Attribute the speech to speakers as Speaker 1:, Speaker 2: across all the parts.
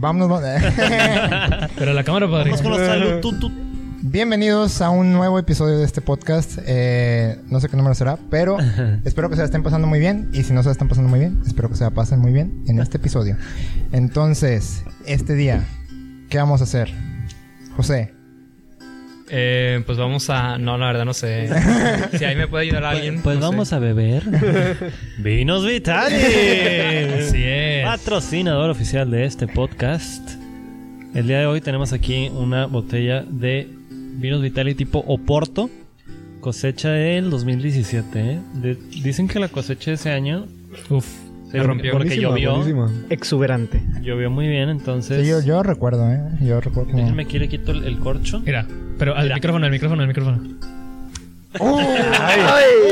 Speaker 1: Vámonos.
Speaker 2: Pero la cámara, padre.
Speaker 3: Vamos con la salud. Tú, tú.
Speaker 1: Bienvenidos a un nuevo episodio de este podcast. Eh, no sé qué número será, pero espero que se la estén pasando muy bien. Y si no se la están pasando muy bien, espero que se la pasen muy bien en este episodio. Entonces, este día, ¿qué vamos a hacer? José,
Speaker 2: Eh, pues vamos a. No, la verdad no sé. si ahí me puede ayudar alguien.
Speaker 4: Pues vamos a beber.
Speaker 3: Vinos Vitales.
Speaker 2: Así es.
Speaker 4: Patrocinador oficial de este podcast. El día de hoy tenemos aquí una botella de vinos Vitali tipo Oporto. Cosecha del 2017. ¿eh? De- dicen que la cosecha de ese año
Speaker 2: Uf,
Speaker 4: Sí,
Speaker 2: se rompió.
Speaker 4: porque llovió.
Speaker 5: Exuberante.
Speaker 4: llovió muy bien, entonces.
Speaker 1: Sí, yo, yo recuerdo, ¿eh? Yo recuerdo. como-
Speaker 4: Déjenme aquí le quito el, el corcho.
Speaker 2: Mira, pero al
Speaker 4: Mira.
Speaker 2: micrófono, al micrófono, al micrófono.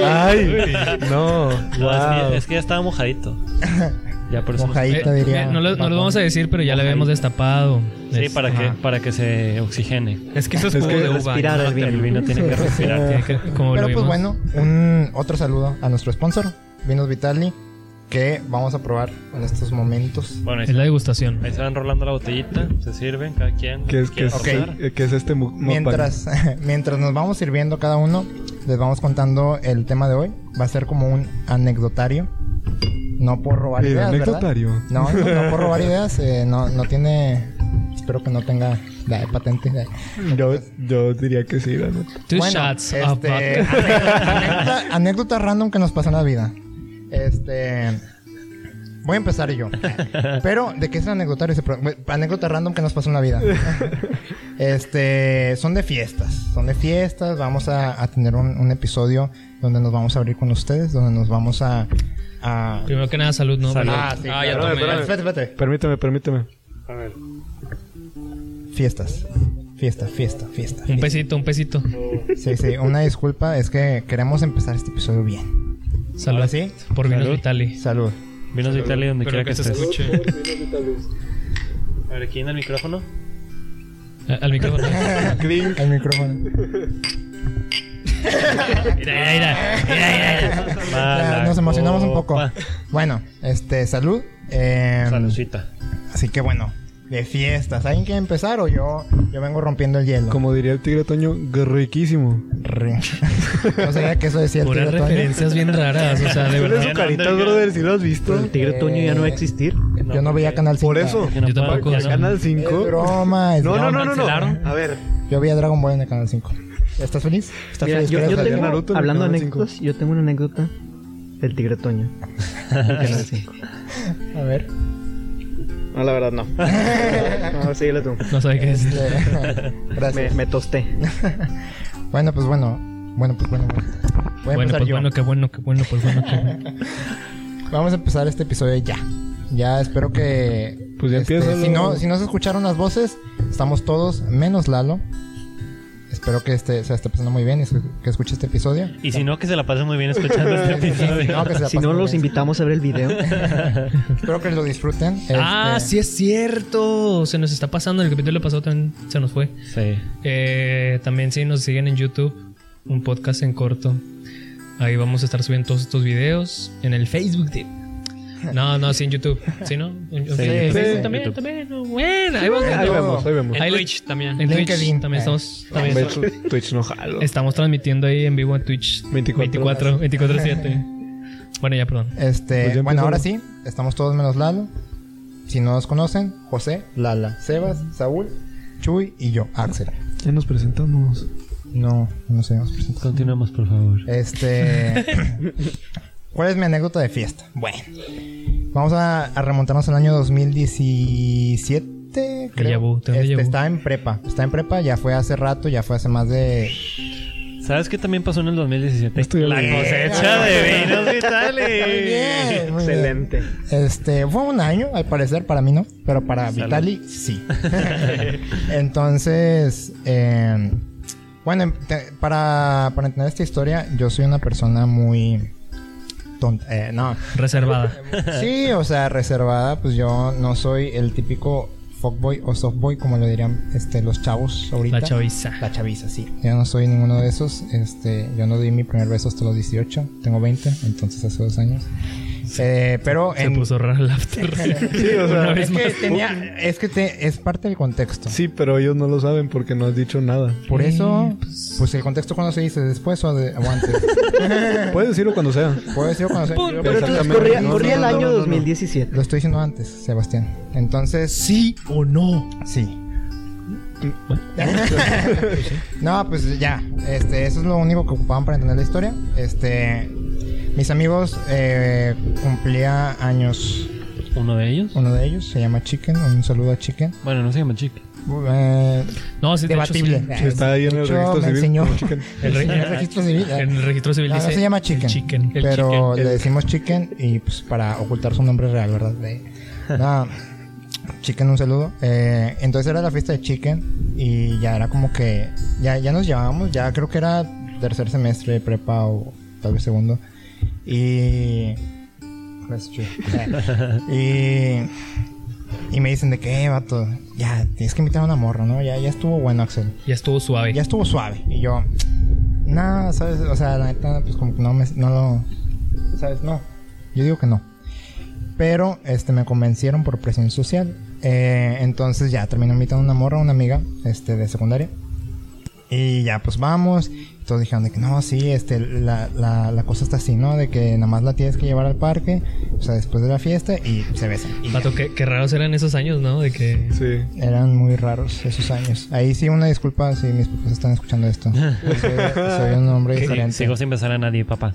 Speaker 5: ¡Ay! No.
Speaker 4: No, es,
Speaker 5: Wow.
Speaker 4: que, es que ya estaba mojadito. Ya por eso. nos-
Speaker 1: Ah. Mojadito,
Speaker 2: Eh,
Speaker 1: diría.
Speaker 2: no, lo, no lo vamos a decir, pero ya la habíamos destapado.
Speaker 4: Sí,
Speaker 2: Es-
Speaker 4: para que,
Speaker 2: ajá.
Speaker 4: para que se oxigene.
Speaker 2: Es que eso es
Speaker 5: Es
Speaker 2: jugo
Speaker 5: que
Speaker 2: de uva.
Speaker 5: respirar
Speaker 2: no,
Speaker 5: el vino.
Speaker 4: El vino tiene que respirar.
Speaker 2: tiene que- como
Speaker 1: Pero
Speaker 2: lo
Speaker 1: pues
Speaker 2: vimos.
Speaker 1: bueno, un otro saludo a nuestro sponsor, Vinos Vitali, que vamos a probar en estos momentos.
Speaker 4: Bueno, ahí
Speaker 2: Es la degustación.
Speaker 4: Ahí se van rolando la botellita, se sirven cada quien.
Speaker 5: ¿Qué es,
Speaker 4: que
Speaker 5: qué es,
Speaker 1: Ok.
Speaker 5: eh, qué es este mu- mukbang?
Speaker 1: Mientras, mientras nos vamos sirviendo cada uno, les vamos contando el tema de hoy. Va a ser como un anecdotario. No por robar
Speaker 5: Eh,
Speaker 1: ideas. ¿verdad?
Speaker 5: anecdotario.
Speaker 1: No, no, no por robar ideas. eh, no, no tiene. Espero que no tenga la patente. la-
Speaker 5: Yo, yo diría que sí, la neta.
Speaker 2: Two
Speaker 1: Bueno,
Speaker 2: shots
Speaker 1: este,
Speaker 2: of vodka.
Speaker 1: anécdota- anécdotas random que nos pasan en la vida. Este. Voy a empezar yo. Pero, ¿de qué es el anecdotario? ese pro- Anécdota random que nos pasó en la vida. Este. Son de fiestas. Son de fiestas. Vamos a, a tener un, un episodio donde nos vamos a abrir con ustedes, donde nos vamos a. a-
Speaker 2: Primero que nada, salud, ¿no?
Speaker 4: Salud.
Speaker 1: Ah, sí,
Speaker 2: Ah, ya
Speaker 1: claro.
Speaker 2: tomé.
Speaker 1: Espérate, espérate.
Speaker 5: Permíteme, permíteme.
Speaker 1: Fiestas. Fiesta, fiesta, fiesta.
Speaker 2: Un
Speaker 1: fiesta.
Speaker 2: pesito, un pesito.
Speaker 1: Sí, sí. Una disculpa, es que queremos empezar este episodio bien.
Speaker 2: Salud.
Speaker 1: Ahora sí.
Speaker 2: Por vinos
Speaker 4: Salud.
Speaker 2: Vitali.
Speaker 1: Salud.
Speaker 4: Vinos de Italia donde
Speaker 2: Espero
Speaker 4: quiera que,
Speaker 2: que se
Speaker 4: estés.
Speaker 2: escuche.
Speaker 4: A ver, aquí en el micrófono.
Speaker 2: Ah, Al micrófono. mira,
Speaker 1: El micrófono.
Speaker 2: mira, mira, mira, mira.
Speaker 1: Ya,
Speaker 4: Mala
Speaker 1: nos emocionamos un poco.
Speaker 4: copa.
Speaker 1: Bueno, este, salud. Eh,
Speaker 4: Saludcita.
Speaker 1: así que bueno, de fiestas. ¿Alguien quiere empezar o yo, yo vengo rompiendo el hielo?
Speaker 5: Como diría el tigre Toño, "Qué riquísimo.
Speaker 1: Re- no sabía que eso decía el
Speaker 2: Puras
Speaker 1: tigre Toño.
Speaker 2: referencias bien raras, o sea, de
Speaker 5: ¿Cuál es
Speaker 2: verdad.
Speaker 5: su carita, brother? Si lo has visto.
Speaker 3: El tigre Toño
Speaker 5: Eh,
Speaker 3: ya no va a existir.
Speaker 1: Eh, Yo no veía Canal 5.
Speaker 5: Por eso.
Speaker 4: Que no
Speaker 2: Yo
Speaker 4: puedo-
Speaker 2: tampoco,
Speaker 4: ya
Speaker 2: o sea,
Speaker 4: no-
Speaker 5: Canal
Speaker 1: Es
Speaker 5: 5.
Speaker 1: broma, es
Speaker 5: No, no,
Speaker 1: broma.
Speaker 5: no, no, no.
Speaker 2: cancelaron.
Speaker 5: A ver.
Speaker 1: Yo vi a Dragon Ball en el Canal 5. ¿Estás feliz? ¿Estás
Speaker 3: Mira,
Speaker 1: feliz?
Speaker 3: yo,
Speaker 1: ¿Quieres
Speaker 3: yo
Speaker 1: salir?
Speaker 3: tengo,
Speaker 5: Naruto en el
Speaker 3: hablando de
Speaker 5: canal cinco.
Speaker 3: anécdotas, yo tengo una anécdota del tigre Toño. en el canal cinco.
Speaker 1: A ver.
Speaker 3: No, la verdad no.
Speaker 6: Ah,
Speaker 3: No, síguele tú.
Speaker 2: No sabe qué es.
Speaker 1: Este,
Speaker 3: Me,
Speaker 1: Gracias.
Speaker 3: me tosté.
Speaker 1: Bueno, pues bueno. Bueno, pues bueno. bueno. Voy a
Speaker 2: Bueno,
Speaker 1: empezar
Speaker 2: pues
Speaker 1: yo.
Speaker 2: bueno, qué bueno, qué bueno, pues bueno, qué bueno.
Speaker 1: Vamos a empezar este episodio ya. Ya espero que.
Speaker 5: Pues ya
Speaker 1: este,
Speaker 5: empieza,
Speaker 1: Si
Speaker 5: Lalo.
Speaker 1: no, si no se escucharon las voces, estamos todos, menos Lalo. Espero que este, se esté pasando muy bien y se- que escuche este episodio.
Speaker 4: Y si no, que se la pasen muy bien escuchando este
Speaker 1: No,
Speaker 4: episodio.
Speaker 1: que se la
Speaker 3: Si
Speaker 1: pasen
Speaker 3: no,
Speaker 1: muy
Speaker 3: los
Speaker 1: bien.
Speaker 3: invitamos a ver el video.
Speaker 1: Espero que lo disfruten.
Speaker 2: Ah,
Speaker 1: Este,
Speaker 2: sí es cierto. Se nos está pasando. El capítulo pasado también se nos fue.
Speaker 4: Sí.
Speaker 2: Eh, también si nos siguen en YouTube, un podcast en corto. Ahí vamos a estar subiendo todos estos videos en el Facebook de... No, no, sí en YouTube. ¿Sí, no? En- en
Speaker 4: Sí,
Speaker 2: Facebook
Speaker 1: sí,
Speaker 2: también,
Speaker 4: YouTube.
Speaker 2: también. no, Bueno, ahí vamos.
Speaker 5: Ahí vemos, ahí vemos.
Speaker 2: En
Speaker 4: En
Speaker 2: Twitch también. En
Speaker 1: LinkedIn.
Speaker 2: Twitch
Speaker 1: Eh.
Speaker 2: también estamos... también
Speaker 5: Ve
Speaker 2: estamos-
Speaker 5: tu- Twitch no jalo.
Speaker 2: estamos transmitiendo ahí en vivo en Twitch.
Speaker 5: 24
Speaker 2: 24, 24/7. bueno, ya, perdón.
Speaker 1: Este,
Speaker 5: Pues ya
Speaker 1: bueno,
Speaker 5: empezó,
Speaker 1: ahora
Speaker 5: ¿no?
Speaker 1: sí, estamos todos menos Lalo. Si no nos conocen, José, Lala, Sebas, Saúl, Chuy y yo, Axel.
Speaker 5: Ya nos presentamos.
Speaker 1: No, no sé, nos presentamos.
Speaker 4: Continuemos, por favor.
Speaker 1: Este. ¿Cuál es mi anécdota de fiesta? Bueno, vamos a, a remontarnos al año 2017,
Speaker 2: Déjà
Speaker 1: creo.
Speaker 2: vu, ten déjà
Speaker 1: este,
Speaker 2: vu.
Speaker 1: estaba en prepa. Estaba en prepa, ya fue hace rato, ya fue hace más de.
Speaker 4: ¿Sabes qué también pasó en el 2017?
Speaker 5: Estoy
Speaker 4: la
Speaker 5: bien.
Speaker 4: cosecha de vinos
Speaker 1: Muy
Speaker 4: Vitali.
Speaker 1: bien, muy bien. Este, fue un año, al parecer, para mí no, pero para
Speaker 4: Salud.
Speaker 1: Vitali sí. Entonces, eh, bueno, em- te- para, para entender esta historia, yo soy una persona muy tonta. Eh, no.
Speaker 2: Reservada.
Speaker 1: Sí, o sea, reservada, pues yo no soy el típico fuckboy o softboy, como lo dirían este, los chavos ahorita.
Speaker 2: La chaviza.
Speaker 1: La chaviza, sí. Yo no soy ninguno de esos. Este, yo no di mi primer beso hasta los 18. Tengo 20, entonces hace dos años. Eh, pero
Speaker 2: Se
Speaker 1: en-
Speaker 2: puso raro el after.
Speaker 5: Sí, o sea,
Speaker 2: Una
Speaker 1: es
Speaker 2: vez
Speaker 1: que
Speaker 2: más.
Speaker 1: tenía, es que te- es parte del contexto.
Speaker 5: Sí, pero ellos no lo saben porque no has dicho nada.
Speaker 1: Por
Speaker 2: Eh,
Speaker 1: eso,
Speaker 2: pues-
Speaker 1: pues el contexto cuando se dice después o, de- o antes.
Speaker 5: Puedes decirlo cuando sea.
Speaker 1: Puede decir cuando se
Speaker 2: Pero
Speaker 1: pero
Speaker 5: entonces
Speaker 1: exactamente-
Speaker 3: Corría,
Speaker 5: No, no, no,
Speaker 3: corría el
Speaker 5: no,
Speaker 3: año
Speaker 5: no, no.
Speaker 3: 2017.
Speaker 1: Lo estoy diciendo antes, Sebastián. Entonces,
Speaker 2: ¿Sí o no?
Speaker 1: sí. no, pues ya. Este, eso es lo único que ocupaban para entender la historia. Este, mis amigos eh, cumplía años.
Speaker 4: ¿Uno de ellos?
Speaker 1: Uno de ellos se llama Chicken. Un saludo a Chicken.
Speaker 4: Bueno, no se llama Chick.
Speaker 1: Eh,
Speaker 2: No, sí, de hecho,
Speaker 1: debatible.
Speaker 2: sí.
Speaker 1: Eh,
Speaker 5: Está ahí en el
Speaker 1: de hecho,
Speaker 5: registro
Speaker 1: me
Speaker 5: civil,
Speaker 1: enseñó-
Speaker 5: como chicken.
Speaker 2: El, re-
Speaker 1: En el registro civil. eh.
Speaker 2: Ah, en el registro civil
Speaker 1: No, no
Speaker 2: dice
Speaker 1: se llama
Speaker 2: el
Speaker 1: Chicken,
Speaker 2: chicken. El
Speaker 1: pero
Speaker 2: chicken.
Speaker 1: le decimos Chicken y pues para ocultar su nombre real, ¿verdad? De- nada, chicken, un saludo. Eh, entonces era la fiesta de Chicken y ya era como que ya, ya nos llevábamos, ya creo que era tercer semestre de prepa o tal vez segundo. Y... pues, That's true. Eh, y, y me dicen de qué, vato, ya tienes que invitar a una morra, ¿no? Ya, ya estuvo bueno, Axel
Speaker 2: Ya estuvo suave.
Speaker 1: ya estuvo suave. Y yo, nada, ¿sabes? O sea, la neta, pues como que no me, no lo, ¿sabes? No, yo digo que no. Pero, este, me convencieron por presión social. Eh, entonces ya terminó invitando a una morra, una amiga, este, de secundaria. Y ya, pues vamos. Todos dijeron de que no, sí, este, la, la, la cosa está así, ¿no? De que nada más la tienes que llevar al parque, o sea, después de la fiesta y se besan. Y ya.
Speaker 2: Pato, qué, qué raros eran esos años, ¿no? De que.
Speaker 5: Sí.
Speaker 1: Eran muy raros esos años. Ahí sí, una disculpa si mis papás están escuchando esto. Soy, soy un hombre diferente.
Speaker 4: Sigo sin besar a nadie, papá.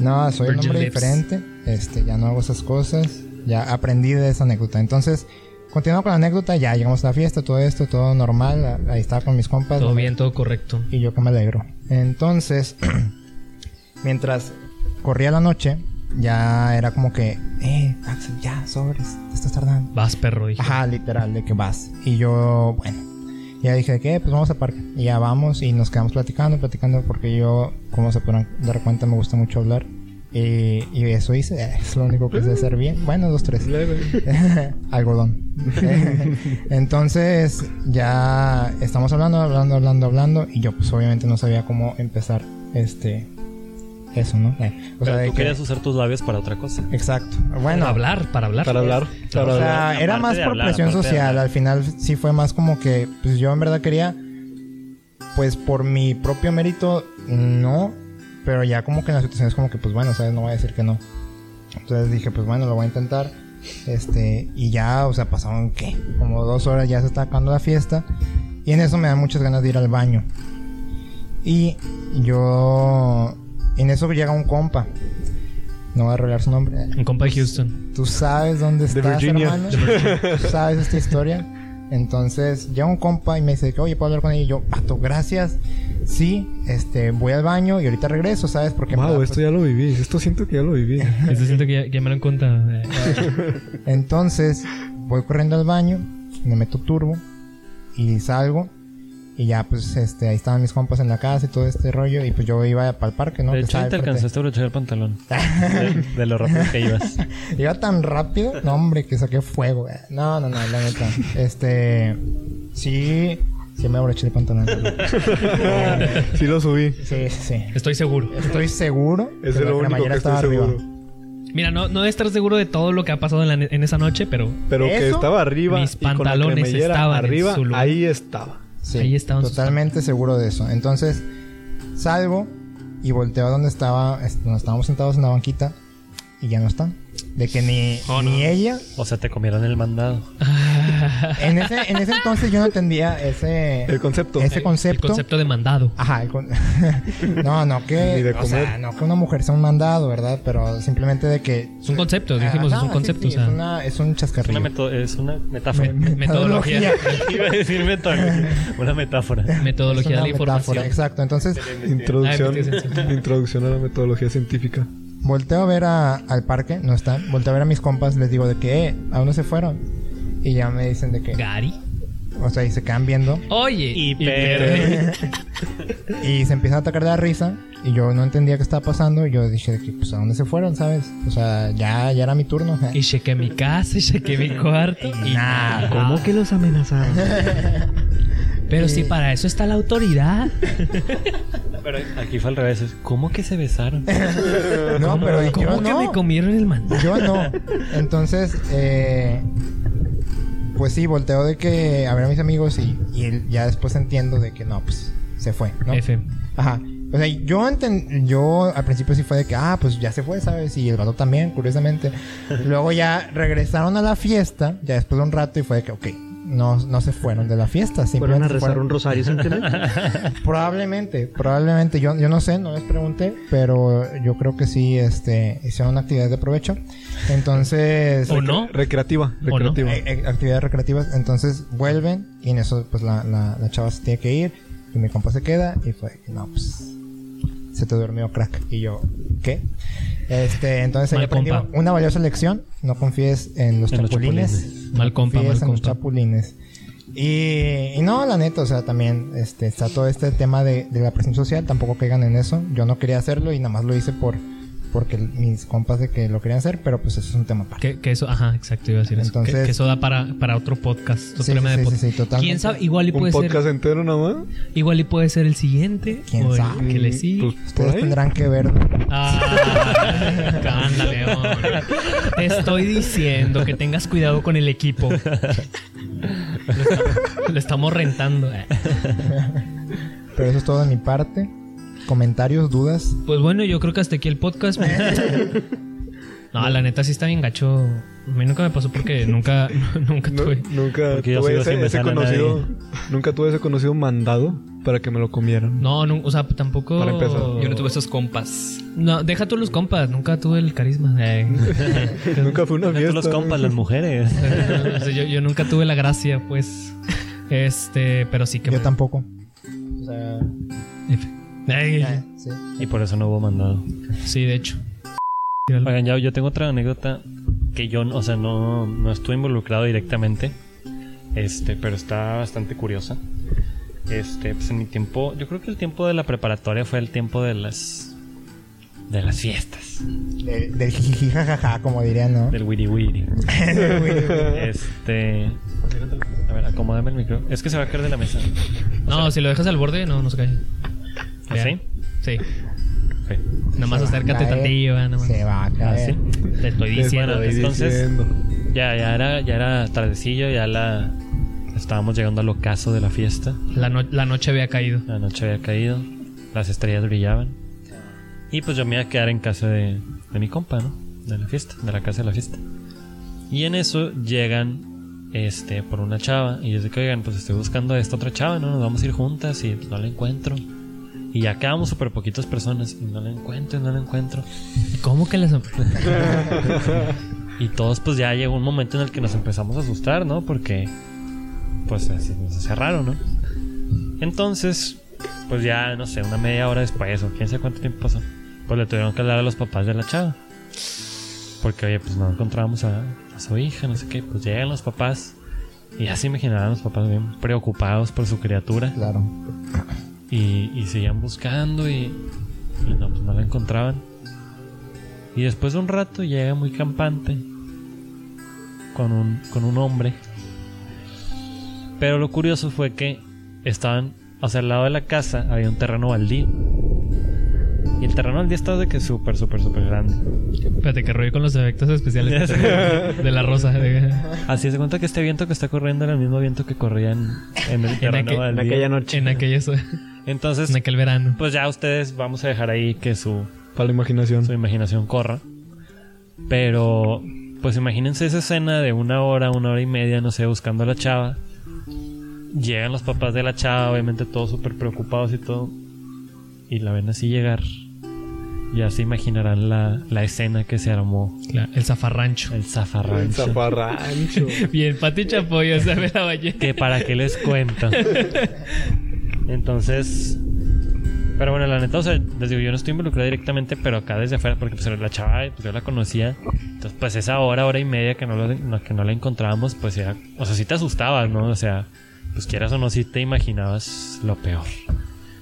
Speaker 1: No, soy un
Speaker 2: Virgin
Speaker 1: hombre
Speaker 2: lips.
Speaker 1: diferente. Este, ya no hago esas cosas. Ya aprendí de esa anécdota. Entonces, continuando con la anécdota, ya llegamos a la fiesta, todo esto, todo normal. a- Ahí estaba con mis compas.
Speaker 2: Todo
Speaker 1: ¿no?
Speaker 2: bien, todo correcto.
Speaker 1: Y yo que me alegro. Entonces, mientras corría la noche, ya era como que, eh, Axel, ya, sobres, te estás tardando.
Speaker 2: Vas, perro, dije.
Speaker 1: Ajá, literal, de que vas. Y yo, bueno, ya dije de que, pues vamos al parque. Y ya vamos y nos quedamos platicando, platicando, porque yo, como se podrán dar cuenta, me gusta mucho hablar. Y, y eso hice, eh, es lo único que sé hacer bien. Bueno, dos, tres. Algodón. Entonces, ya estamos hablando, hablando, hablando, hablando. Y yo, pues obviamente no sabía cómo empezar este. Eso, ¿no? Eh, o sea,
Speaker 4: Pero
Speaker 1: de
Speaker 4: tú
Speaker 1: que-
Speaker 4: querías usar tus labios para otra cosa.
Speaker 1: Exacto.
Speaker 2: Para
Speaker 1: Bueno,
Speaker 2: hablar, para hablar.
Speaker 5: Para hablar. Para
Speaker 1: o
Speaker 5: hablar.
Speaker 1: sea,
Speaker 4: Aparte
Speaker 1: era más
Speaker 4: de
Speaker 1: por
Speaker 4: hablar,
Speaker 1: presión
Speaker 4: aparte de
Speaker 1: social.
Speaker 4: hablar.
Speaker 1: Al final sí fue más como que, pues yo en verdad quería, pues por mi propio mérito, no. Pero ya como que en la situación es como que, pues bueno, ¿sabes? No voy a decir que no. Entonces dije, pues bueno, lo voy a intentar. Este, y ya, o sea, pasaron, ¿qué? Como dos horas ya se está acabando la fiesta. Y en eso me dan muchas ganas de ir al baño. Y yo... En eso llega un compa. No voy a revelar su nombre.
Speaker 2: Un compa de Houston.
Speaker 1: Tú sabes dónde estás,
Speaker 5: Virginia.
Speaker 1: hermano. Tú sabes esta historia. Entonces, llega un compa y me dice que, oye, puedo hablar con ella. Y yo, pato, gracias. Sí, este, voy al baño y ahorita regreso, ¿sabes? Porque en
Speaker 5: Wow,
Speaker 1: verdad,
Speaker 5: esto ya lo viví. Esto siento que ya lo viví.
Speaker 2: Esto Este siento que ya, ya me lo cuenta. eh.
Speaker 1: pues, Entonces, voy corriendo al baño, me meto turbo y salgo. Y ya, pues, este, ahí estaban mis compas en la casa y todo este rollo. Y pues yo iba para el parque, ¿no?
Speaker 4: de
Speaker 1: Que
Speaker 4: hecho,
Speaker 1: estaba
Speaker 4: ahí te
Speaker 1: al frente.
Speaker 4: alcanzaste a brochar el pantalón. de, de lo rápido que ibas.
Speaker 1: Iba tan rápido, no hombre, que saqué fuego. eh. No, no, no, la neta. Este, sí, sí me abroché el pantalón. Eh,
Speaker 5: Sí lo subí.
Speaker 1: sí, sí.
Speaker 2: Estoy seguro.
Speaker 1: Estoy seguro.
Speaker 5: Es
Speaker 1: que la
Speaker 5: lo único
Speaker 1: cremallera
Speaker 5: que estoy
Speaker 1: estaba arriba.
Speaker 5: seguro.
Speaker 2: Mira, no, no estar seguro de todo lo que ha pasado en, la ne- en esa noche, pero
Speaker 5: Pero que
Speaker 1: ¿Eso?
Speaker 5: estaba arriba.
Speaker 2: Mis
Speaker 5: y con la
Speaker 2: pantalones
Speaker 5: cremallera
Speaker 2: estaban en
Speaker 5: arriba.
Speaker 2: su lugar.
Speaker 5: Ahí estaba.
Speaker 1: Sí,
Speaker 2: Ahí estaban sus
Speaker 1: Totalmente seguro de eso. Entonces, salgo y volteo a donde estaba, es- donde estábamos sentados en la banquita y ya no están. De que ni,
Speaker 2: Oh, no.
Speaker 1: ni ella.
Speaker 4: O sea, te comieron el mandado.
Speaker 1: En ese, en ese entonces yo no entendía ese,
Speaker 5: El concepto.
Speaker 1: ese
Speaker 2: el concepto de mandado.
Speaker 1: Ajá, el con- no, no
Speaker 5: Ni
Speaker 1: que,
Speaker 5: de
Speaker 1: o sea,
Speaker 5: comer.
Speaker 1: no que una mujer sea un mandado, ¿verdad? Pero simplemente de que
Speaker 2: Es un concepto, dijimos, es
Speaker 1: Ajá,
Speaker 2: un
Speaker 1: sí,
Speaker 2: concepto,
Speaker 1: sí,
Speaker 2: o sea.
Speaker 1: es, una- es un
Speaker 4: Es una,
Speaker 1: chascarrillo.
Speaker 4: meto- es una metáfora.
Speaker 1: Me-
Speaker 2: Metodología.
Speaker 4: Iba a decir metodología. Una metáfora.
Speaker 2: Metodología
Speaker 1: Es
Speaker 2: de
Speaker 1: una
Speaker 2: la información.
Speaker 1: metáfora, Exacto, entonces
Speaker 5: Introducción,
Speaker 2: Ah, investigación,
Speaker 5: introducción a la metodología científica.
Speaker 1: volteo a ver a- al parque, no están, volteo a ver a mis compas, les digo de que, eh, aún no se fueron. Y ya me dicen de que,
Speaker 2: Gary.
Speaker 1: o sea, y se quedan viendo.
Speaker 2: Oye. ¿eh?
Speaker 4: Y pero.
Speaker 1: Y se empiezan a atacar de la risa. Y yo no entendía qué estaba pasando. Y yo dije, de que, pues, ¿a dónde se fueron, sabes? O sea, ya, ya era mi turno.
Speaker 2: Y chequé mi casa, y chequé mi cuarto. Y nada.
Speaker 3: ¿Cómo que los amenazaron?
Speaker 2: Pero si para eso está la autoridad.
Speaker 4: Pero aquí fue al revés. es, ¿Cómo que se besaron?
Speaker 1: No, pero yo
Speaker 2: ¿Cómo que me
Speaker 1: no.
Speaker 2: comieron el mandado?
Speaker 1: Pues Yo no. Entonces, eh, pues sí, volteo de que a ver a mis amigos y, y el- ya después entiendo de que no, pues se fue, ¿no?
Speaker 2: F.
Speaker 1: Ajá. O sea, yo, enten- yo al principio sí fue de que, ah, pues ya se fue, ¿sabes? Y el vato también, curiosamente. Luego ya regresaron a la fiesta, ya después de un rato, y fue de que, ok, no, no se fueron de la fiesta.
Speaker 3: Fueron
Speaker 1: simplemente
Speaker 3: a
Speaker 1: se
Speaker 3: rezar un rosario sin tener.
Speaker 1: Probablemente, probablemente. Yo, yo no sé, no les pregunté, pero yo creo que sí, este, hicieron actividades de provecho. Entonces...
Speaker 2: ¿O no?
Speaker 5: Recreativa,
Speaker 2: ¿O no?
Speaker 5: recreativa.
Speaker 1: Eh, eh, actividades recreativas. Entonces vuelven y en eso pues la, la, la chava se tiene que ir y mi compa se queda y fue, no, pues se te durmió crack. Y yo, ¿qué? Este, entonces ahí
Speaker 2: Mal
Speaker 1: aprendí
Speaker 2: compa.
Speaker 1: una valiosa lección. No confíes en los
Speaker 4: En los
Speaker 1: chapulines.
Speaker 4: chapulines.
Speaker 1: No
Speaker 2: Mal compa,
Speaker 1: confíes
Speaker 2: mal
Speaker 1: en los
Speaker 2: compa.
Speaker 1: chapulines. Y, y no, la neta, o sea, también este, está todo este tema de, de la presión social, tampoco caigan en eso. Yo no quería hacerlo y nada más lo hice por porque mis compas de que lo querían hacer, pero pues eso es un tema aparte.
Speaker 2: Que, que eso, ajá, exacto, iba a decir eso. Que-
Speaker 1: Entonces-
Speaker 2: que, eso da para, para otro podcast. Otro
Speaker 1: Sí,
Speaker 2: tema
Speaker 1: sí,
Speaker 2: de
Speaker 1: sí,
Speaker 2: podcast.
Speaker 1: sí, sí, totalmente.
Speaker 2: ¿Quién sabe? Igual y
Speaker 5: Un
Speaker 2: eh, puede ser.
Speaker 5: podcast entero nomás.
Speaker 2: Igual y puede ser el siguiente.
Speaker 1: ¿Quién
Speaker 2: o el
Speaker 1: sabe?
Speaker 2: que le
Speaker 5: Pues
Speaker 2: sigue.
Speaker 5: por
Speaker 1: Ustedes
Speaker 5: ahí.
Speaker 1: tendrán que verlo.
Speaker 2: Ah, ándale, hombre. Te estoy diciendo que tengas cuidado con el equipo. Lo estamos, lo estamos rentando. eh.
Speaker 1: Pero eso es todo de mi parte. Comentarios, dudas.
Speaker 2: Pues bueno, yo creo que hasta aquí el podcast. No, la neta sí está bien gacho. A mí nunca me pasó porque nunca, nunca
Speaker 5: Nu-
Speaker 2: tuve.
Speaker 5: nunca
Speaker 4: Porque yo
Speaker 5: tuve
Speaker 4: sigo sin
Speaker 5: ese, ese
Speaker 4: besar a nadie.
Speaker 5: conocido. Nunca tuve ese conocido mandado para que me lo comieran.
Speaker 2: No, no, o sea, tampoco.
Speaker 5: Para empezar.
Speaker 6: Yo no tuve esos compas.
Speaker 2: No, deja tú los compas, nunca tuve el carisma. Eh.
Speaker 5: Nunca fue una
Speaker 4: Deja tú los
Speaker 5: fiesta.
Speaker 4: compas, las mujeres.
Speaker 2: O sea, yo, yo nunca tuve la gracia, pues. Este, pero sí que
Speaker 1: Yo
Speaker 2: me-
Speaker 1: tampoco.
Speaker 2: F. Ay,
Speaker 1: Ya, sí.
Speaker 4: Y por eso no hubo mandado.
Speaker 2: sí, de hecho.
Speaker 4: Oigan, ya, yo tengo otra anécdota que yo, o sea, no, no estuve involucrado directamente, este, pero está bastante curiosa. Este, pues en mi tiempo, yo creo que el tiempo de la preparatoria fue el tiempo de las de las fiestas,
Speaker 1: Del, del jiji, jajaja, como dirían, ¿no?
Speaker 4: del wiri wiri. este, a ver, acomódame el micro. Es que se va a caer de la mesa.
Speaker 2: No, si lo dejas al borde, no, no se cae.
Speaker 6: ¿Ah,
Speaker 2: Ya.
Speaker 4: ¿Así?
Speaker 2: Sí.
Speaker 4: Ok.
Speaker 2: Nada más acércate tantillo, va, nada más.
Speaker 1: Se va a caer.
Speaker 4: ¿Así?
Speaker 2: Te estoy
Speaker 5: Les
Speaker 2: diciendo.
Speaker 5: van a ir
Speaker 4: entonces-
Speaker 5: diciendo.
Speaker 4: Ya, ya era, ya era tardecillo, ya la estábamos llegando al ocaso de la fiesta.
Speaker 2: La, no- la noche había caído.
Speaker 4: La noche había caído, las estrellas brillaban. Y pues yo me iba a quedar en casa de, de mi compa, ¿no? De la fiesta, de la casa de la fiesta. Y en eso llegan este, por una chava. Y yo digo, oigan, pues estoy buscando a esta otra chava, ¿no? Nos vamos a ir juntas y no la encuentro. Y ya quedamos súper poquitas personas. Y no la encuentro, y no la encuentro.
Speaker 2: ¿Cómo que las.?
Speaker 4: Y todos pues ya llegó un momento en el que nos empezamos a asustar, ¿no? Porque pues así nos hacía raro, ¿no? Entonces, pues ya, no sé, una media hora después o quién sabe cuánto tiempo pasó, pues le tuvieron que hablar a los papás de la chava. Porque oye, pues no encontrábamos a, a su hija, no sé qué, pues llegan los papás. Y ya se imaginaban los papás bien preocupados por su criatura.
Speaker 1: Claro.
Speaker 4: Y, y seguían buscando y, y no, pues no la encontraban. Y después de un rato llega muy campante con un, con un hombre. Pero lo curioso fue que estaban, o sea, al lado de la casa había un terreno baldío. Y el terreno baldío estaba de que súper, súper, súper grande.
Speaker 2: Espérate, que rollo con los efectos especiales que tengo de la rosa. de-
Speaker 4: Así se cuenta que este viento que está corriendo era el mismo viento que corría en, en el
Speaker 2: aquel-
Speaker 4: terreno
Speaker 2: en
Speaker 4: baldío.
Speaker 3: Aquella noche.
Speaker 2: en, aquellos,
Speaker 4: Entonces,
Speaker 2: en aquel verano.
Speaker 4: pues ya ustedes vamos a dejar ahí que su
Speaker 5: Para la imaginación.
Speaker 4: su imaginación corra. Pero, pues imagínense esa escena de una hora, una hora y media, no sé, buscando a la chava. Llegan los papás de la chava, obviamente todos súper preocupados y todo. Y la ven así llegar. Ya se imaginarán la, la escena que se armó.
Speaker 2: La- el zafarrancho.
Speaker 4: El zafarrancho.
Speaker 5: El zaparrancho.
Speaker 2: Bien, Pati Chapoy, o sea, me la bañé.
Speaker 4: que para qué les cuento. Entonces, pero bueno, la neta, o sea, les digo, yo no estoy involucrado directamente, pero acá desde afuera, porque pues era la chava, pues, yo la conocía. Entonces, pues esa hora, hora y media que no, lo- no- que no la encontrábamos, pues era, o sea, sí te asustabas, ¿no? O sea, pues quieras o no, sí te imaginabas lo peor.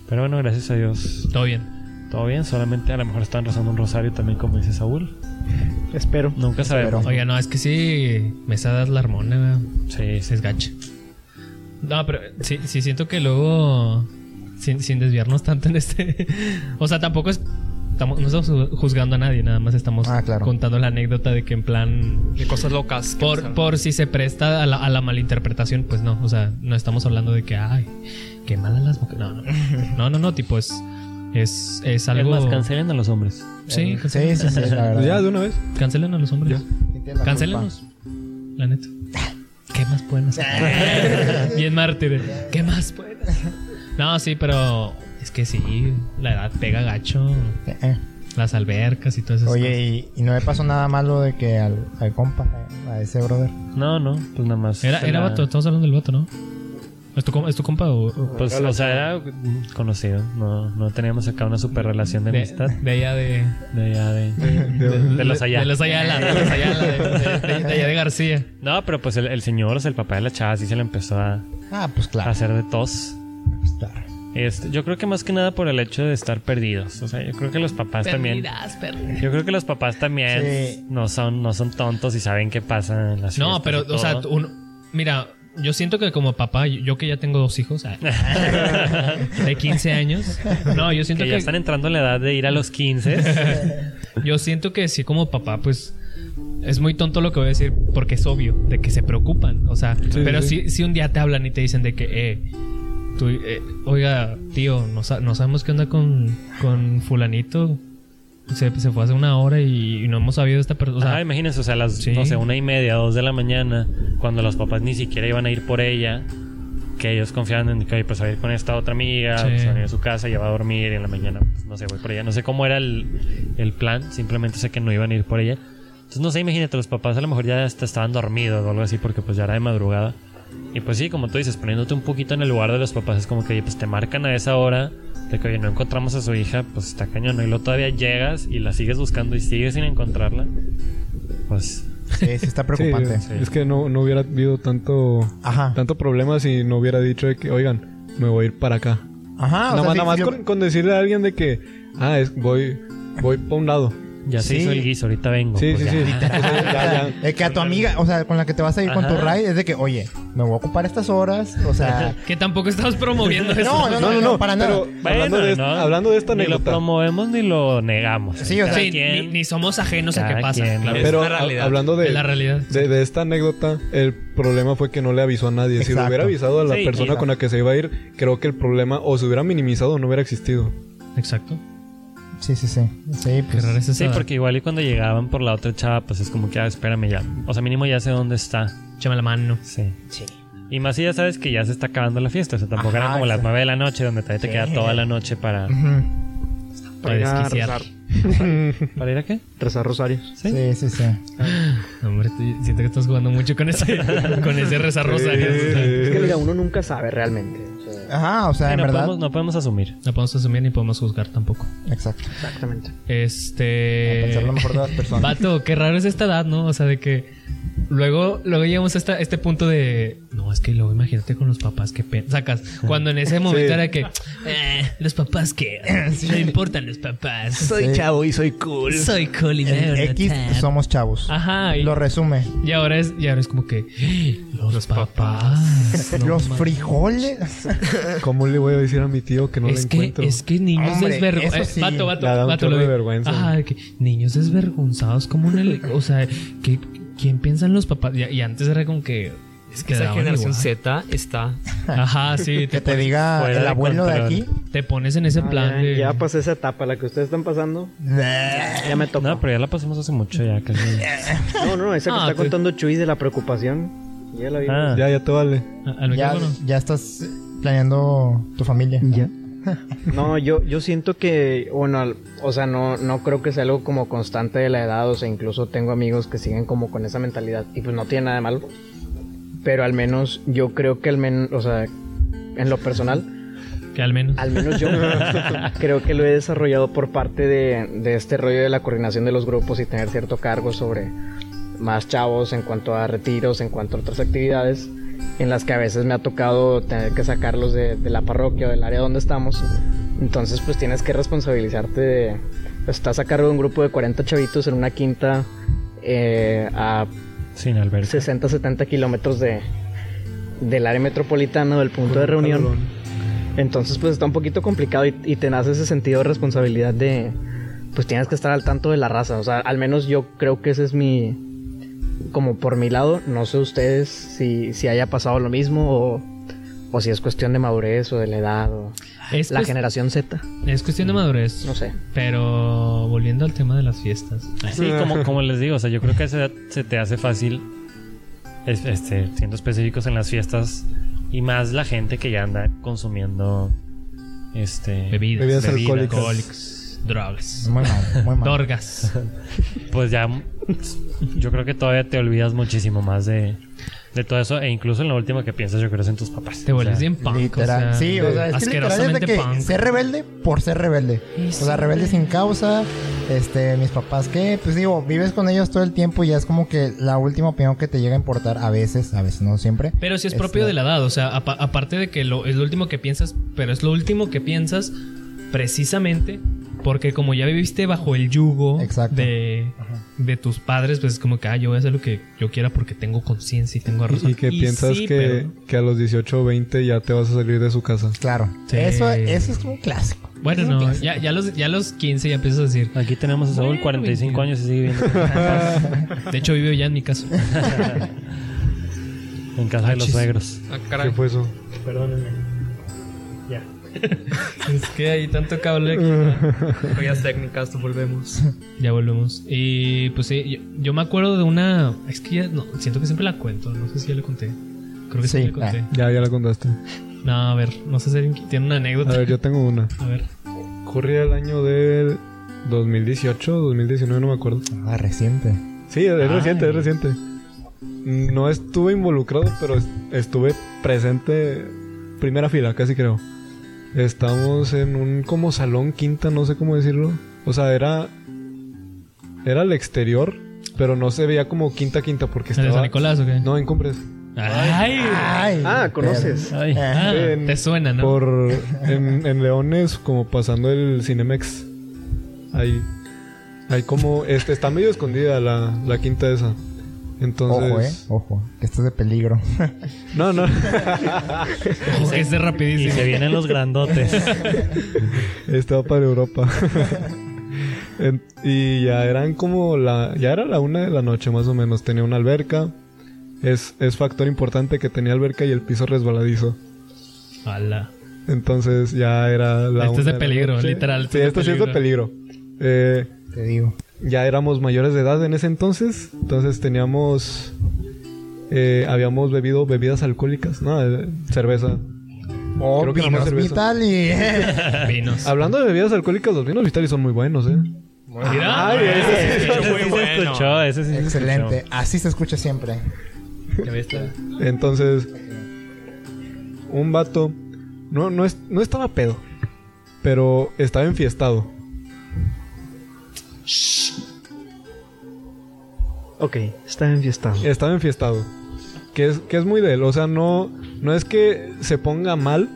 Speaker 4: Pero bueno, gracias a Dios.
Speaker 2: Todo bien.
Speaker 4: Todo bien, solamente a lo mejor están rezando un rosario también, como dice Saúl.
Speaker 3: Espero.
Speaker 4: Nunca sabemos.
Speaker 2: Oiga, no, es que sí me está dando la hormona,
Speaker 4: Sí,
Speaker 2: se
Speaker 4: sí.
Speaker 2: esgacha. No, pero sí, sí siento que luego, sin, sin desviarnos tanto en este... o sea, tampoco es... estamos- no estamos ju- juzgando a nadie, nada más estamos
Speaker 1: Ah, claro.
Speaker 2: contando la anécdota de que en plan...
Speaker 6: De cosas locas. que
Speaker 2: Por,
Speaker 6: pasaron.
Speaker 2: por si se presta a la, a la malinterpretación, pues no, o sea, no estamos hablando de que, ay, qué malas las mujeres. No, no, no, no, no, no, tipo, es, es, es algo...
Speaker 4: Es más, cancelen a los hombres.
Speaker 2: Sí,
Speaker 1: Eh, Sí, sí, sí, la verdad.
Speaker 5: Ya, de una vez.
Speaker 2: cancelen a los hombres.
Speaker 1: ¿Quién tiene la
Speaker 2: Cancélenos. La neta. ¿Qué más pueden hacer? Bien mártir. ¿Qué más pueden hacer? No, sí, pero es que sí, la edad pega gacho.
Speaker 1: culpa? Eh, eh.
Speaker 2: Las albercas y todas esas
Speaker 1: Oye, y, y no le pasó nada malo de que al, al compa, eh, a ese brother.
Speaker 4: No, no, pues nada más.
Speaker 2: cosas. Era,
Speaker 4: se
Speaker 2: era
Speaker 4: la-
Speaker 2: vato, estamos hablando del vato, ¿no? ¿Es tu, com- es tu compa o...? o-
Speaker 4: Pues, o sea, era conocido. No, no teníamos acá una super relación de amistad.
Speaker 2: de allá de...
Speaker 4: De allá de, de- de los allá.
Speaker 2: De los Ayala, de los Ayala, de, de- de- de allá de García.
Speaker 4: No, pero pues el, el señor, o sea, el papá de la chava, sí se le empezó a,
Speaker 1: Ah, pues
Speaker 4: a
Speaker 1: claro.
Speaker 4: hacer de tos.
Speaker 2: Ah,
Speaker 1: pues claro.
Speaker 4: Este, yo creo que más que nada por el hecho de estar perdidos. O sea, yo creo que los papás
Speaker 2: Perdidas, perdidas.
Speaker 4: Pues también. Yo creo que los papás también
Speaker 1: Sí.
Speaker 4: no son no son tontos y saben qué pasa en las
Speaker 2: No,
Speaker 4: fiestas
Speaker 2: pero,
Speaker 4: y
Speaker 2: o sea,
Speaker 4: pues, todo.
Speaker 2: uno- mira, yo siento que como papá, yo, yo que ya tengo dos hijos ah, de 15 años, no, yo siento
Speaker 4: que
Speaker 2: que,
Speaker 4: ya están entrando en la edad de ir a los 15.
Speaker 2: yo siento que sí como papá, pues es muy tonto lo que voy a decir porque es obvio de que se preocupan, o sea, pero
Speaker 5: sí.
Speaker 2: Si, si un día te hablan y te dicen de que, eh, tú, eh, oiga, tío, no, sa- no sabemos qué onda con, con fulanito. Se, se fue hace una hora y, y no hemos sabido de esta persona. O sea,
Speaker 4: ah, imagínense, o sea, a las,
Speaker 2: Sí.
Speaker 4: no sé, una y media, dos de la mañana, cuando los papás ni siquiera iban a ir por ella, que ellos confiaban en que, oye, pues a ir con esta otra amiga,
Speaker 2: Sí.
Speaker 4: pues, se va a ir a su casa, ya va a dormir, y en la mañana, pues, no sé, voy por ella. No sé cómo era el, el plan, simplemente sé que no iban a ir por ella. Entonces, no sé, imagínate, los papás a lo mejor ya hasta estaban dormidos o algo así, porque pues ya era de madrugada. Y pues sí, como tú dices, poniéndote un poquito en el lugar de los papás, es como que, oye, pues te marcan a esa hora, de que, oye, no encontramos a su hija, pues está cañón, ¿no? y luego todavía llegas y la sigues buscando y sigues sin encontrarla. Pues
Speaker 1: Sí, sí, está preocupante. Ah.
Speaker 5: Sí, Es que no, no hubiera habido tanto,
Speaker 1: Ajá.
Speaker 5: tanto problema si no hubiera dicho de que, oigan, me voy a ir para acá.
Speaker 1: Ajá, Ah, o sea,
Speaker 5: nada más,
Speaker 1: sí,
Speaker 5: nada más
Speaker 1: yo-
Speaker 5: con, con decirle a alguien de que, ah, es, voy, voy para un lado.
Speaker 4: ya se
Speaker 1: Sí.
Speaker 4: hizo el guiso, ahorita vengo.
Speaker 5: Sí,
Speaker 4: pues,
Speaker 5: sí,
Speaker 4: ya.
Speaker 5: sí. O sea, ya, ya.
Speaker 1: Es que a tu amiga, o sea, con la que te vas a ir con tu
Speaker 4: Ajá.
Speaker 1: ride, es de que, oye, me voy a ocupar estas horas, o sea...
Speaker 2: que tampoco estamos promoviendo eso.
Speaker 1: No, no, no, no, para nada.
Speaker 5: Pero hablando,
Speaker 4: Bueno,
Speaker 5: de,
Speaker 4: no,
Speaker 5: hablando de esta
Speaker 4: ni lo
Speaker 5: anécdota.
Speaker 4: promovemos ni lo negamos.
Speaker 1: Sí, o sea,
Speaker 4: Cada
Speaker 2: Sí,
Speaker 4: quien-
Speaker 2: ni, ni somos ajenos a
Speaker 4: Cada
Speaker 2: qué pasa.
Speaker 4: quien.
Speaker 2: claro.
Speaker 5: Pero
Speaker 6: Es la
Speaker 5: ha-
Speaker 6: realidad.
Speaker 5: hablando de,
Speaker 2: Es la realidad.
Speaker 5: de, de esta anécdota, el problema fue que no le avisó a nadie. Si
Speaker 1: Exacto.
Speaker 5: le hubiera avisado a la
Speaker 4: Sí,
Speaker 5: persona
Speaker 4: exacto.
Speaker 5: con la que se iba a ir, creo que el problema o se hubiera minimizado o no hubiera existido.
Speaker 2: Exacto.
Speaker 1: Sí, sí, sí. Sí,
Speaker 2: Qué
Speaker 1: pues...
Speaker 2: raro es esa
Speaker 4: Sí,
Speaker 2: edad.
Speaker 4: porque igual y cuando llegaban por la otra chava, pues es como que, ah, espérame ya. O sea, mínimo ya sé dónde está.
Speaker 2: Échame la mano.
Speaker 4: Sí.
Speaker 1: Sí.
Speaker 4: Y más si ya sabes que ya se está acabando la fiesta. O sea, tampoco
Speaker 1: Ajá,
Speaker 4: eran como las
Speaker 1: sí.
Speaker 4: nueve de la noche, donde todavía te queda toda la noche para...
Speaker 1: Ujú.
Speaker 2: Para desquiciar.
Speaker 4: ¿Para ir a qué?
Speaker 3: Rezar rosarios.
Speaker 1: Sí, sí, sí.
Speaker 2: Hombre, te- siento que estás jugando mucho con ese, con ese rezar rosario.
Speaker 3: Es que mira, uno nunca sabe realmente. o sea,
Speaker 1: Ajá, o sea,
Speaker 4: Sí,
Speaker 1: Ah, en
Speaker 4: no,
Speaker 1: verdad...
Speaker 4: podemos, no podemos asumir.
Speaker 2: No podemos asumir ni podemos juzgar tampoco.
Speaker 1: Exacto.
Speaker 3: exactamente.
Speaker 1: A
Speaker 2: Este.
Speaker 1: pensar lo mejor de las personas.
Speaker 2: Vato, qué raro es esta edad, ¿no? O sea, de que luego, luego llegamos a esta- este punto de. No, es que luego imagínate con los papás que sacas. Cuando en ese momento
Speaker 5: Sí.
Speaker 2: era que. "Eh, los papás que. No importan los papás.
Speaker 1: Sí.
Speaker 3: y soy cool.
Speaker 2: Soy Colin.
Speaker 1: En X somos chavos.
Speaker 2: Ajá. y-
Speaker 1: Lo resume.
Speaker 2: Y ahora es, y ahora es como que "Eh, los, papás. no
Speaker 1: Los
Speaker 2: manches.
Speaker 1: frijoles.
Speaker 5: ¿Cómo le voy a decir a mi tío que no
Speaker 2: es
Speaker 5: la
Speaker 2: que,
Speaker 5: encuentro?
Speaker 2: es que niños
Speaker 1: Hombre,
Speaker 2: desvergonzados.
Speaker 1: eso sí,
Speaker 2: vato, vato,
Speaker 5: le da un
Speaker 2: vato,
Speaker 5: chorro
Speaker 2: lo
Speaker 5: de
Speaker 2: vi.
Speaker 5: vergüenza.
Speaker 2: Ajá, que niños desvergonzados, como una. le- O sea, que, ¿quién piensan los papás? Y, y antes era como que.
Speaker 6: Es que esa generación Z está.
Speaker 2: Ajá, sí.
Speaker 1: Que
Speaker 2: Te,
Speaker 1: te diga
Speaker 4: fuera
Speaker 1: el
Speaker 4: de
Speaker 1: abuelo de
Speaker 4: control.
Speaker 1: aquí.
Speaker 2: te pones en ese
Speaker 3: Ah,
Speaker 2: plan
Speaker 3: ya,
Speaker 2: de.
Speaker 3: ya
Speaker 1: pues,
Speaker 3: pasé esa etapa, la que ustedes están pasando. Ya me tocó.
Speaker 4: No, pero ya la pasamos hace mucho ya. casi.
Speaker 3: No, no, esa que
Speaker 2: Ah,
Speaker 3: está
Speaker 2: tú-
Speaker 3: contando Chuy de la preocupación. Ya la vi.
Speaker 4: Ah,
Speaker 5: Ya, ya te vale.
Speaker 2: a- al
Speaker 1: Ya,
Speaker 2: micrófono.
Speaker 1: ya estás planeando tu familia.
Speaker 3: No, yo, yo siento que, bueno, al- o sea, no, no creo que sea algo como constante de la edad, o sea, incluso tengo amigos que siguen como con esa mentalidad y pues no tiene nada de malo. Pero al menos yo creo que al menos, o sea, en lo personal,
Speaker 2: Que al menos.
Speaker 3: al menos yo creo que lo he desarrollado por parte de, de este rollo de la coordinación de los grupos y tener cierto cargo sobre más chavos en cuanto a retiros, en cuanto a otras actividades. en las que a veces me ha tocado tener que sacarlos de, de la parroquia o del área donde estamos. Entonces, pues tienes que responsabilizarte de. pues, Estás a cargo de un grupo de 40 chavitos en una quinta eh, a
Speaker 4: Sin alberca.
Speaker 3: 60, 70 kilómetros de, del área metropolitana, del punto de reunión. Entonces, pues está un poquito complicado y, y te nace ese sentido de responsabilidad de. Pues tienes que estar al tanto de la raza. O sea, al menos yo creo que ese es mi. Como por mi lado, no sé ustedes si, si haya pasado lo mismo o, o si es cuestión de madurez o de la edad o
Speaker 2: Es,
Speaker 3: la
Speaker 2: cues-
Speaker 3: generación Z.
Speaker 2: es cuestión de madurez.
Speaker 3: No sé.
Speaker 2: Pero volviendo al tema de las fiestas.
Speaker 4: Pues Sí, como, como les digo, o sea, yo creo que a esa edad se te hace fácil, es- este, siendo específicos en las fiestas, y más la gente que ya anda consumiendo este
Speaker 2: Bebidas,
Speaker 5: Bebidas alcohólicas.
Speaker 2: alcohólicas, drogas,
Speaker 1: Muy mal, muy mal.
Speaker 2: dorgas.
Speaker 4: Pues ya, yo creo que todavía te olvidas muchísimo más de, de todo eso, e incluso en lo último que piensas, yo creo es en tus papás.
Speaker 2: Te
Speaker 4: O sea,
Speaker 2: vuelves bien punk.
Speaker 1: Literal.
Speaker 2: O sea,
Speaker 1: sí, o sea, es que literal es de
Speaker 2: asquerosamente
Speaker 1: que
Speaker 2: punk.
Speaker 1: ser rebelde por ser rebelde.
Speaker 2: Y
Speaker 1: o
Speaker 2: sí,
Speaker 1: sea, rebelde
Speaker 2: güey.
Speaker 1: sin causa. Este, mis papás que, pues digo, vives con ellos todo el tiempo y ya es como que la última opinión que te llega a importar a veces, a veces no siempre.
Speaker 2: Pero si es
Speaker 1: Este-
Speaker 2: propio de la edad, o sea, apa- aparte de que lo, es lo último que piensas, pero es lo último que piensas precisamente porque como ya viviste bajo el yugo
Speaker 1: Exacto.
Speaker 2: de, de tus padres, pues es como que, ah, yo voy a hacer lo que yo quiera porque tengo conciencia y tengo razón.
Speaker 5: Y que piensas
Speaker 2: sí,
Speaker 5: que,
Speaker 2: pero-
Speaker 5: que a los 18 o 20 ya te vas a salir de su casa.
Speaker 1: Claro.
Speaker 2: Sí.
Speaker 1: Eso, eso es un clásico.
Speaker 2: Bueno,
Speaker 1: Es un
Speaker 2: no,
Speaker 1: clásico.
Speaker 2: ya, ya, los, ya los 15 ya empiezas a decir.
Speaker 4: Aquí tenemos a Saúl,
Speaker 2: Bueno,
Speaker 4: 45
Speaker 2: veintiuno.
Speaker 4: años y sigue viviendo
Speaker 2: De hecho, vivo ya en mi casa.
Speaker 4: en casa de los
Speaker 2: Achis.
Speaker 4: suegros.
Speaker 6: Ah,
Speaker 5: ¿Qué
Speaker 6: caray.
Speaker 5: fue eso?
Speaker 2: Perdónenme. Ya. es que hay tanto cable aquí. ¿verdad?
Speaker 6: Joyas técnicas, volvemos.
Speaker 2: Ya volvemos. Y pues sí, yo, yo me acuerdo de una. Es que ya. No, siento que siempre la cuento. No sé si ya la conté. Creo que
Speaker 1: Sí,
Speaker 2: sí, la conté.
Speaker 5: Ya, ya la contaste.
Speaker 2: No, a ver, no sé si alguien tiene una
Speaker 5: A
Speaker 2: anécdota.
Speaker 5: ver, yo tengo una.
Speaker 2: A ver.
Speaker 5: Corría el año del 2018, 2019, no me acuerdo.
Speaker 1: Ah, reciente.
Speaker 5: Sí, es
Speaker 2: Ay.
Speaker 5: reciente, es reciente. No estuve involucrado, pero es- estuve presente primera fila, casi creo. Estamos en un como salón quinta, no sé cómo decirlo. O sea, era era al exterior, pero no se veía como quinta quinta porque
Speaker 2: ¿El de San
Speaker 5: estaba
Speaker 2: Nicolás o qué?
Speaker 5: no en Cumbres.
Speaker 2: Ay,
Speaker 1: Ay,
Speaker 3: Ah,
Speaker 1: pero-
Speaker 3: conoces.
Speaker 4: Ay.
Speaker 2: Ah,
Speaker 5: Eh, en-
Speaker 2: te suena, ¿no?
Speaker 5: Por en, en Leones, como pasando el Cinemex. Ahí hay como este está medio escondida la, la quinta esa. Entonces,
Speaker 1: Ojo, eh. Ojo. Que esto es de peligro.
Speaker 5: no, no.
Speaker 2: Ojo, que es de
Speaker 4: Y se
Speaker 2: rapidísimo.
Speaker 4: vienen los grandotes.
Speaker 5: Estaba para Europa. En- y ya eran como la. Ya era la una de la noche más o menos. Tenía una alberca. Es, es factor importante que tenía alberca y el piso resbaladizo.
Speaker 2: Ala.
Speaker 5: Entonces ya era la.
Speaker 2: Esto es de
Speaker 5: una la
Speaker 2: peligro,
Speaker 5: noche.
Speaker 2: literal, esto
Speaker 5: Sí,
Speaker 2: es de
Speaker 5: esto sí es de peligro. Eh,
Speaker 1: Te digo.
Speaker 5: ya éramos mayores de edad en ese entonces. Entonces teníamos. eh, habíamos bebido bebidas alcohólicas, ¿no? Eh, Cerveza.
Speaker 1: Oh,
Speaker 5: Creo que
Speaker 1: vinos
Speaker 5: nomás cerveza.
Speaker 1: Vitali.
Speaker 2: Vinos.
Speaker 5: Hablando de bebidas alcohólicas, los vinos Vitali son muy buenos, ¿eh?
Speaker 2: Mira.
Speaker 5: Ay,
Speaker 4: Ese sí
Speaker 6: muy
Speaker 4: se
Speaker 6: bueno.
Speaker 4: escuchó, ese sí se escuchó.
Speaker 1: Excelente. Así se escucha siempre.
Speaker 5: Entonces, un vato no, no, es- no estaba pedo, pero estaba enfiestado.
Speaker 3: Ok, está enfiestado.
Speaker 5: Estaba enfiestado. Que es, que es muy de él. O sea, no, no es que se ponga mal,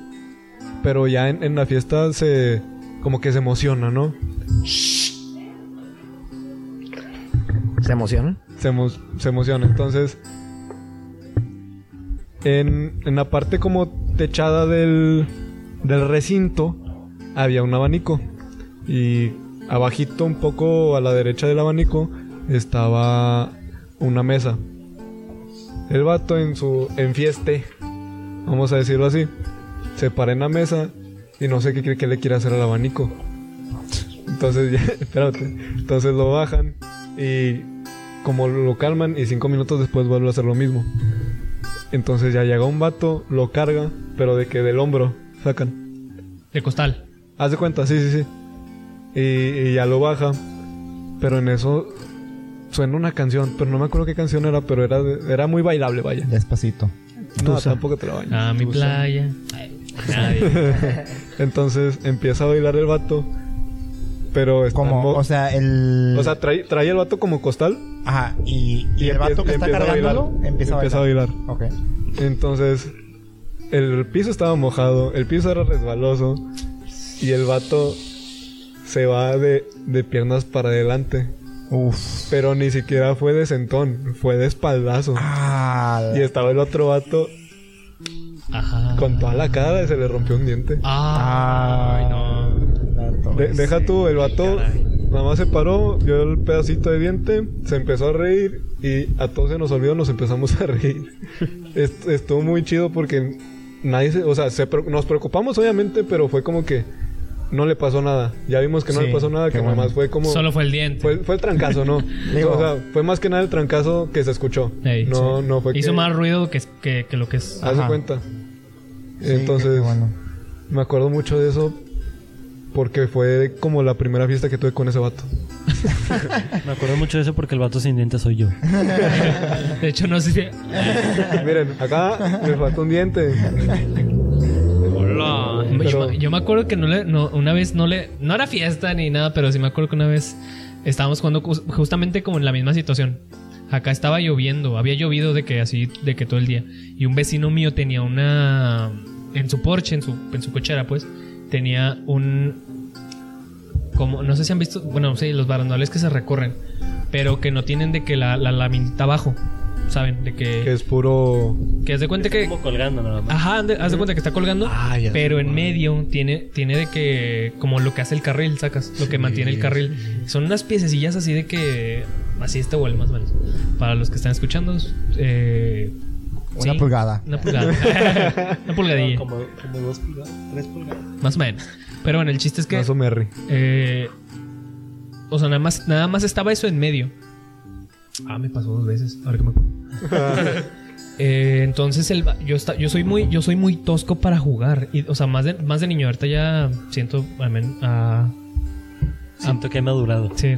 Speaker 5: pero ya en, en la fiesta se. como que se emociona, ¿no?
Speaker 3: ¿Se emociona?
Speaker 5: se, emo- se emociona. Entonces, en, en la parte como techada del, del recinto había un abanico. Y abajito, un poco a la derecha del abanico, estaba una mesa. El vato en su enfieste, vamos a decirlo así, se para en la mesa y no sé qué cree que le quiere hacer al abanico. Entonces, ya, espérate. Entonces lo bajan y como lo calman y cinco minutos después vuelve a hacer lo mismo. Entonces ya llega un vato, lo carga, pero de que del hombro sacan.
Speaker 2: De costal.
Speaker 5: Haz de cuenta, sí, sí, sí. Y, y ya lo baja, pero en eso suena una canción, pero no me acuerdo qué canción era, pero era, de- era muy bailable, vaya.
Speaker 1: Despacito.
Speaker 5: No, tampoco te la baño.
Speaker 2: A Ah, mi playa. Ay, Nadie.
Speaker 5: Entonces empieza a bailar el vato, pero está en
Speaker 1: Como,
Speaker 5: mo-
Speaker 1: o sea, el.
Speaker 5: o sea, trae, trae el vato como costal
Speaker 1: Ajá, y, y
Speaker 5: y,
Speaker 1: el vato
Speaker 5: empie-
Speaker 1: que está
Speaker 5: empieza a bailar.
Speaker 1: cargándolo empieza a bailar.
Speaker 5: Empieza a bailar.
Speaker 1: Ok.
Speaker 5: Entonces, el piso estaba mojado, el piso era resbaloso y el vato se va de, de piernas para adelante.
Speaker 1: Uf.
Speaker 5: Pero ni siquiera fue de sentón, fue de espaldazo.
Speaker 1: Ah,
Speaker 5: Y estaba el otro vato
Speaker 2: Ajá.
Speaker 5: con toda la cara y se le rompió un diente.
Speaker 2: Ah, ay, no.
Speaker 1: no.
Speaker 5: De- deja tú, el vato nada más se paró, vio el pedacito de diente, se empezó a reír y a todos se nos olvidó, nos empezamos a reír. Est- estuvo muy chido porque nadie se, o sea, se pre- nos preocupamos obviamente, pero fue como que no le pasó nada. Ya vimos que no
Speaker 1: Sí,
Speaker 5: le pasó nada,
Speaker 1: qué
Speaker 5: que nada
Speaker 1: bueno.
Speaker 5: más fue como...
Speaker 2: Solo fue el diente.
Speaker 5: Fue, fue el trancazo, ¿no?
Speaker 1: Digo-
Speaker 5: o sea, fue más que nada el trancazo que se escuchó.
Speaker 2: Ey,
Speaker 5: no,
Speaker 2: sí.
Speaker 5: no fue
Speaker 2: Hizo
Speaker 5: que...
Speaker 2: más ruido que, que, que lo que es.
Speaker 5: Haz de
Speaker 1: Ajá.
Speaker 5: cuenta.
Speaker 1: Sí,
Speaker 5: Entonces,
Speaker 1: qué- qué bueno.
Speaker 5: me acuerdo mucho de eso porque fue como la primera fiesta que tuve con ese vato.
Speaker 4: Me acuerdo mucho de eso porque el vato sin dientes soy yo.
Speaker 2: De hecho, no sé si.
Speaker 5: Miren, acá me falta un diente.
Speaker 2: Hola. Yo, me- yo me acuerdo que no le, no, una vez no le. No era fiesta ni nada, pero sí me acuerdo que una vez estábamos jugando ju- justamente como en la misma situación. Acá estaba lloviendo, había llovido de que así, de que todo el día. Y un vecino mío tenía una. En su porche, en su, en su cochera, pues, tenía un. Como, no sé si han visto, bueno, sí, los barandales que se recorren, pero que no tienen de que la, la laminita abajo, ¿saben? De
Speaker 5: Que
Speaker 2: que.
Speaker 5: es puro.
Speaker 2: Que haz de cuenta que.
Speaker 4: Como colgando nada más.
Speaker 2: Ajá, ande- haz de cuenta que está colgando,
Speaker 5: Ah, ya
Speaker 2: pero
Speaker 5: sé,
Speaker 2: en
Speaker 5: madre.
Speaker 2: medio tiene, tiene de que, como lo que hace el carril, sacas, lo que mantiene el carril. Son unas piececillas así de que, así este vuelve más o menos. Para los que están escuchando, eh,
Speaker 1: Una
Speaker 2: sí,
Speaker 1: pulgada.
Speaker 2: Una pulgada. una pulgadilla,
Speaker 4: Como, como dos pulgadas, tres pulgadas.
Speaker 2: más o menos. Pero bueno, el chiste es que...
Speaker 5: Más o Merry.
Speaker 2: Eh, o sea, nada más, nada más estaba eso en medio. Ah, me pasó dos veces. Ahora que me acuerdo. Eh, entonces el, va- yo, esta- yo soy muy yo soy muy tosco para jugar y, o sea más de, más de niño ahorita ya siento al men- ah,
Speaker 4: Siento que he madurado.
Speaker 2: sí.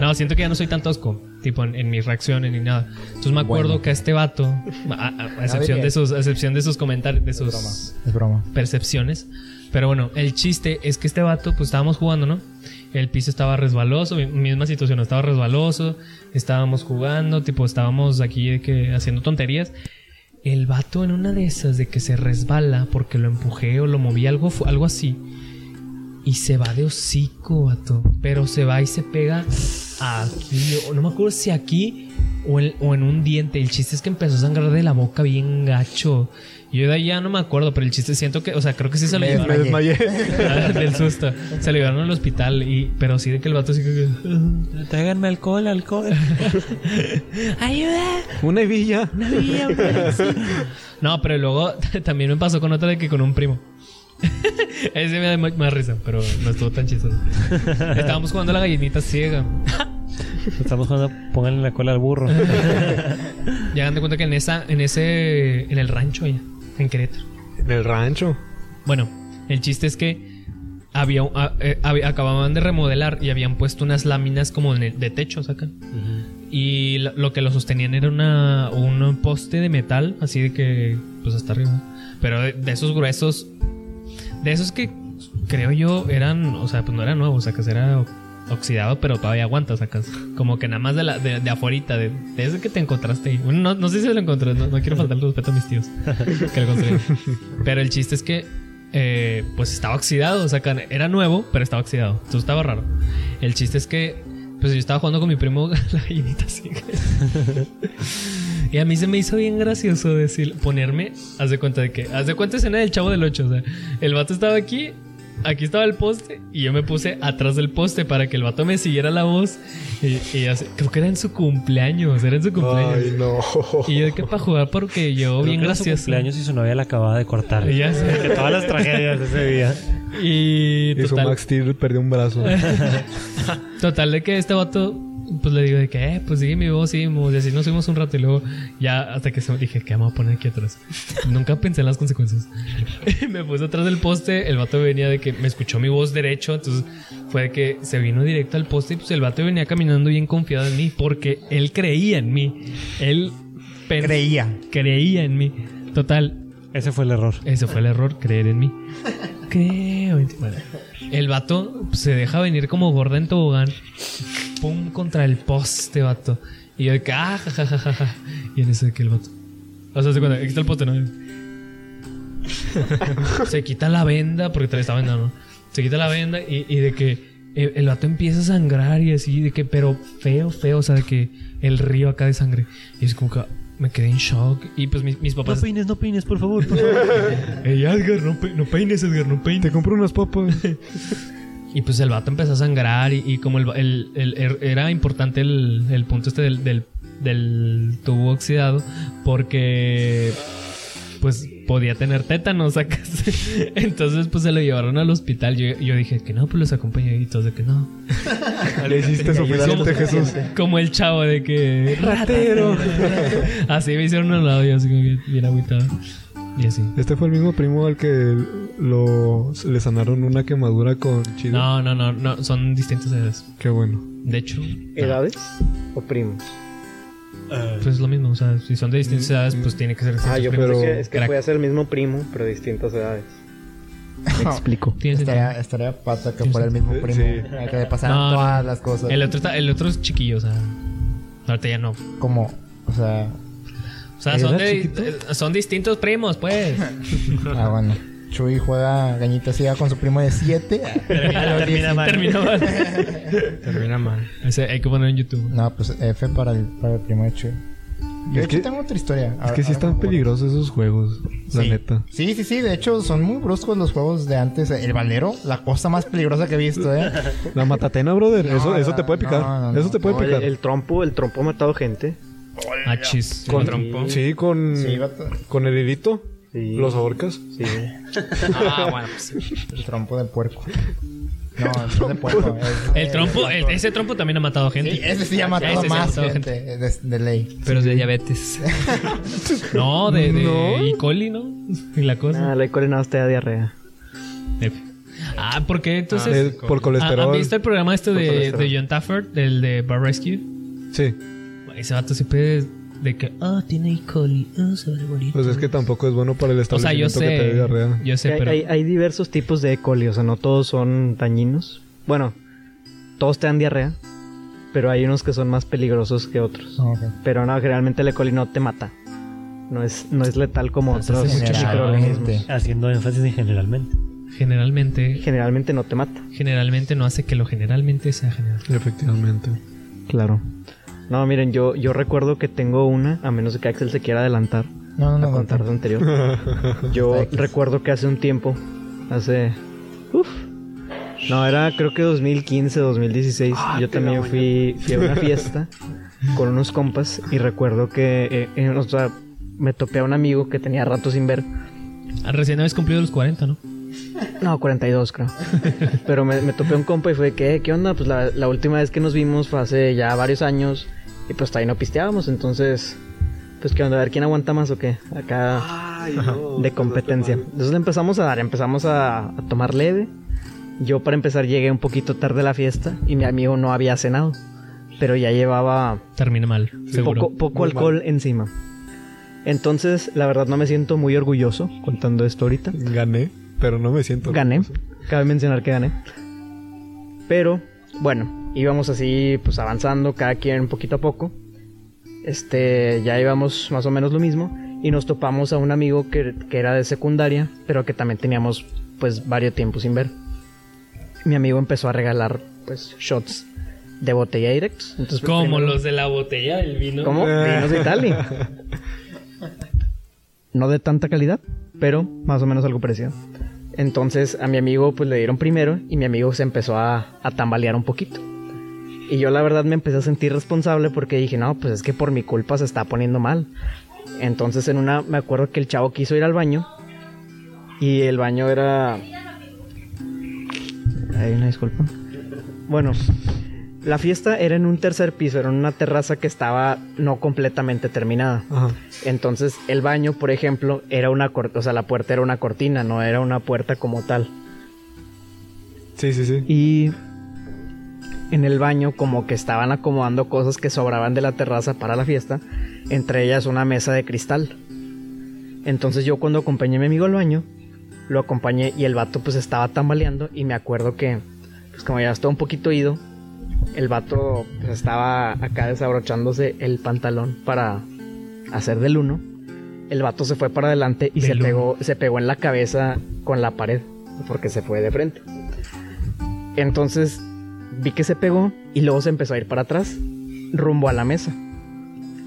Speaker 2: no siento que ya no soy tan tosco tipo en, en mis reacciones ni nada entonces me acuerdo
Speaker 1: Bueno.
Speaker 2: que a este vato a, a- a excepción de sus a excepción de sus comentarios de sus
Speaker 1: Es broma.
Speaker 2: percepciones. Pero bueno, el chiste es que este vato, pues estábamos jugando, ¿no? El piso estaba resbaloso, mi- misma situación, estaba resbaloso, estábamos jugando, tipo, estábamos aquí de que, haciendo tonterías. El vato en una de esas de que se resbala porque lo empujé o lo moví, algo, fu- algo así. Y se va de hocico, vato. Pero se va y se pega aquí. o No me acuerdo si aquí o en, o en un diente. El chiste es que empezó a sangrar de la boca bien gacho. Yo de ahí ya no me acuerdo, pero el chiste siento que, o sea, creo que sí se lo
Speaker 1: Me
Speaker 2: llevaron Ah,
Speaker 5: Me desmayé.
Speaker 2: del susto. Se lo llevaron al hospital. Y, pero sí de que el vato sí que.
Speaker 4: Tráiganme alcohol, alcohol.
Speaker 2: ¡Ayuda!
Speaker 5: Una hebilla.
Speaker 2: No, pero luego también me pasó con otra de que con un primo. Ese me da más, más risa, pero no estuvo tan chistoso. Estábamos jugando a la gallinita ciega.
Speaker 4: Estamos jugando, pónganle la cola al burro.
Speaker 2: Ya dan de cuenta que en esa, en ese, en el rancho allá, en Querétaro.
Speaker 5: En el rancho.
Speaker 2: Bueno, el chiste es que había, un- a- eh, hab- acababan de remodelar y habían puesto unas láminas como de, de techo, sacan. Y la- lo que lo sostenían era una, un poste de metal, así de que, pues hasta arriba. Pero de, de esos gruesos, de esos que creo yo eran, o sea, pues no era nuevo, o sea, que era o- oxidado, pero todavía aguanta, sacas. Como que nada más de, la, de, de afuerita, de, de ese que te encontraste ahí. Bueno, no, no sé si lo encontré, no, no quiero faltarle respeto a mis tíos que lo construyeron. Pero el chiste es que, eh, pues estaba oxidado, o sea, que era nuevo, pero estaba oxidado. Entonces estaba raro. El chiste es que, pues yo estaba jugando con mi primo la gallinita así. Y a mí se me hizo bien gracioso decir, ponerme, haz de cuenta de que, haz de cuenta escena del chavo del 8, o sea, el vato estaba aquí, aquí estaba el poste y yo me puse atrás del poste para que el vato me siguiera la voz y, y así, creo que era en su cumpleaños, era en su cumpleaños.
Speaker 5: Ay, no.
Speaker 2: Y yo de que para jugar porque yo bien
Speaker 4: gracias.
Speaker 2: gracioso.
Speaker 4: cumpleaños y su novia la acababa de cortar.
Speaker 2: Y ya sé.
Speaker 4: De todas las tragedias de ese día.
Speaker 2: Y
Speaker 5: Y su
Speaker 2: total,
Speaker 5: Max Steel perdió un brazo.
Speaker 2: total de que este vato, pues le digo de que, eh, pues sigue mi voz, sigue mi voz. Y así nos fuimos un rato y luego ya hasta que se dije, ¿qué vamos a poner aquí atrás? Nunca pensé en las consecuencias. me puse atrás del poste, el vato venía de que me escuchó mi voz derecho, entonces fue de que se vino directo al poste y pues el vato venía caminando bien confiado en mí porque él creía en mí. Él pens-
Speaker 1: Creía.
Speaker 2: creía en mí. Total,
Speaker 4: Ese fue el error.
Speaker 2: Ese fue el error, creer en mí. Creo en ti. Bueno, el vato se deja venir como gorda en tobogán. este Pum, contra el poste, vato. Y yo de que, ah, ja, ja, ja, ja, ja. Y en eso de que el vato. O sea, se cuenta, aquí está el poste, ¿no? se quita la venda, porque trae esta venda, ¿no? Se quita la venda y, y de que el, el vato empieza a sangrar y así, de que, pero feo, feo, o sea, de que el río acá de sangre. Y es como que me quedé en shock. Y pues mis, mis
Speaker 4: No
Speaker 2: papás.
Speaker 4: peines, no peines, por favor, por favor.
Speaker 2: Ey, Edgar, no, pe- no peines, Edgar, no peines.
Speaker 5: Te compro unas papas.
Speaker 2: Y pues el vato empezó a sangrar y, y como el, va- el- el- er- era importante el, el punto este del, del, del tubo oxidado porque pues podía tener tétanos, sacas. Entonces pues se lo llevaron al hospital. Yo, yo dije que no, pues los acompañé y todos de que no.
Speaker 5: Le hiciste suficiente, Jesús.
Speaker 2: Como el chavo de que... Ratero. así me hicieron al lado y así como que bien agüitado. Y así.
Speaker 5: Este fue el mismo primo al que lo, le sanaron una quemadura con chido.
Speaker 2: No, no, no, no, son distintas edades.
Speaker 5: Qué bueno.
Speaker 2: De hecho,
Speaker 3: ¿Edades o primos?
Speaker 2: pues es lo mismo. O sea, si son de distintas edades, pues tiene que ser
Speaker 3: Ah,
Speaker 2: distintos
Speaker 3: yo
Speaker 2: primos.
Speaker 3: pensé que es que
Speaker 2: Crack.
Speaker 3: puede ser el mismo primo, pero distintas edades. Me explico.
Speaker 2: Tiene sentido.
Speaker 1: Estaría, estaría pata que fuera el mismo primo.
Speaker 5: Sí.
Speaker 1: Al que le pasaran
Speaker 2: No, no.
Speaker 1: todas las cosas.
Speaker 2: El otro, está- el otro es chiquillo, o sea. Ahorita ya no.
Speaker 1: Como, o sea.
Speaker 2: O sea, son, de- eh, son distintos primos, pues.
Speaker 1: Ah, bueno. Chuy juega gañita ciega con su primo de 7.
Speaker 4: termina mal.
Speaker 2: Terminó mal.
Speaker 6: Termina mal.
Speaker 2: Ese hay que poner en YouTube.
Speaker 1: No, pues F para el, para el primo de Chuy. Yo de
Speaker 5: Es
Speaker 1: hecho
Speaker 5: que-
Speaker 1: tengo otra historia.
Speaker 5: Es
Speaker 1: Ahora-
Speaker 5: que sí
Speaker 1: ahora
Speaker 5: están
Speaker 1: me acuerdo.
Speaker 5: peligrosos esos juegos, la
Speaker 1: Ah, Sí.
Speaker 5: neta.
Speaker 1: Sí, sí, sí. De hecho, son muy bruscos los juegos de antes. El valero, la cosa más peligrosa que he visto, ¿eh?
Speaker 5: La matatena, brother.
Speaker 1: No,
Speaker 5: eso, eso
Speaker 1: no,
Speaker 5: te puede picar.
Speaker 1: no, no, no.
Speaker 5: eso te puede
Speaker 3: No, el,
Speaker 5: picar.
Speaker 3: el trompo, el trompo ha matado gente.
Speaker 2: Ah, chis.
Speaker 5: Con-
Speaker 6: trompo.
Speaker 5: Sí, con,
Speaker 1: Sí, vato.
Speaker 5: con el hilito.
Speaker 3: Sí.
Speaker 5: Los ahorcas.
Speaker 3: Sí.
Speaker 6: Ah, bueno, pues.
Speaker 1: El trompo de puerco. No, no es de puerco. es-
Speaker 2: El trompo, el- ese trompo también ha matado gente.
Speaker 1: Sí, ese sí ha matado
Speaker 2: Ese sí ha
Speaker 1: más
Speaker 2: matado
Speaker 1: gente. De, de ley.
Speaker 6: Pero es de diabetes.
Speaker 2: No, de, de E. coli, ¿no? Y la cosa.
Speaker 3: Ah, la alcohol nada más te da diarrea.
Speaker 2: F. Ah, ¿por qué entonces?
Speaker 5: Es por
Speaker 2: ¿Ah, ¿Han
Speaker 5: colesterol.
Speaker 2: visto el programa este
Speaker 5: Por
Speaker 2: de,
Speaker 5: colesterol.
Speaker 2: de John Tafford, del de Bar Rescue?
Speaker 5: Sí.
Speaker 2: Ese vato siempre es de que, ah, tiene E. coli, ah, se va a morir.
Speaker 5: Pues es que tampoco es bueno para el
Speaker 2: O sea, yo
Speaker 5: establecimiento que te dé
Speaker 2: sé.
Speaker 5: diarrea.
Speaker 2: Yo sé,
Speaker 3: hay,
Speaker 2: pero.
Speaker 3: hay- hay diversos tipos de E. coli, o sea, no todos son dañinos. Bueno, todos te dan diarrea, pero hay unos que son más peligrosos que otros.
Speaker 1: Ah, Ok.
Speaker 3: Pero no, generalmente el E. coli no te mata. No es, no es letal como
Speaker 2: Entonces,
Speaker 3: otros
Speaker 2: es
Speaker 1: general,
Speaker 3: microorganismos.
Speaker 1: gente.
Speaker 4: Haciendo énfasis en generalmente.
Speaker 2: Generalmente,
Speaker 3: Generalmente no te mata.
Speaker 2: generalmente no hace que lo generalmente sea general.
Speaker 5: Efectivamente.
Speaker 3: Claro. No, miren, yo, yo recuerdo que tengo una, a menos de que Axel se quiera adelantar
Speaker 1: No, no, no.
Speaker 3: a contar lo
Speaker 1: no.
Speaker 3: anterior. Yo
Speaker 1: X.
Speaker 3: recuerdo que hace un tiempo, hace... Uf. No, era creo que 2015, 2016.
Speaker 1: Ah,
Speaker 3: yo también fui, fui a una fiesta con unos compas y recuerdo que eh, eh, o sea, me topé a un amigo que tenía rato sin ver.
Speaker 2: Ah, Recién habéis cumplido los 40, ¿no?
Speaker 3: No, 42 creo. Pero me, me topé a un compa y fue, ¿qué? ¿Qué onda? Pues la, la última vez que nos vimos fue hace ya varios años y pues ahí no pisteábamos, entonces... Pues qué onda, a ver quién aguanta más o qué. Acá...
Speaker 6: Ay, no.
Speaker 3: de competencia. Entonces le empezamos a dar, empezamos a, a tomar leve. Yo para empezar llegué un poquito tarde a la fiesta y mi amigo no había cenado, pero ya llevaba
Speaker 2: Termina mal, seguro.
Speaker 3: poco, poco alcohol encima. Entonces, la verdad no me siento muy orgulloso contando esto ahorita.
Speaker 5: Gané, pero no me siento.
Speaker 3: Gané,
Speaker 5: orgulloso.
Speaker 3: cabe mencionar que gané. Pero, bueno, íbamos así, pues avanzando, cada quien poquito a poco. Este, ya íbamos más o menos lo mismo. Y nos topamos a un amigo que, que era de secundaria, pero que también teníamos, pues, varios tiempos sin ver. Mi amigo empezó a regalar, pues, shots de botella directos. Entonces, pues,
Speaker 2: Como
Speaker 3: primero-
Speaker 2: los de la botella del vino.
Speaker 3: ¿Cómo? Vinos de Italia. No de tanta calidad, pero más o menos algo parecido. Entonces a mi amigo pues le dieron primero y mi amigo se empezó a, a tambalear un poquito. Y yo la verdad me empecé a sentir responsable porque dije, no, pues es que por mi culpa se está poniendo mal. Entonces en una me acuerdo que el chavo quiso ir al baño y el baño era... Hay una disculpa. Bueno, la fiesta era en un tercer piso, era en una terraza que estaba no completamente terminada.
Speaker 5: Ajá.
Speaker 3: Entonces, el baño, por ejemplo, era una cortina, o sea, la puerta era una cortina, no era una puerta como tal.
Speaker 5: Sí, sí, sí.
Speaker 3: Y en el baño como que estaban acomodando cosas que sobraban de la terraza para la fiesta, entre ellas una mesa de cristal. Entonces yo cuando acompañé a mi amigo al baño, lo acompañé y el vato pues estaba tambaleando y me acuerdo que pues como ya estaba un poquito ido, el vato pues, estaba acá desabrochándose el pantalón para hacer del uno el vato se fue para adelante y se
Speaker 2: Pelón.
Speaker 3: pegó, se pegó en la cabeza con la pared, porque se fue de frente. Entonces vi que se pegó y luego se empezó a ir para atrás, rumbo a la mesa.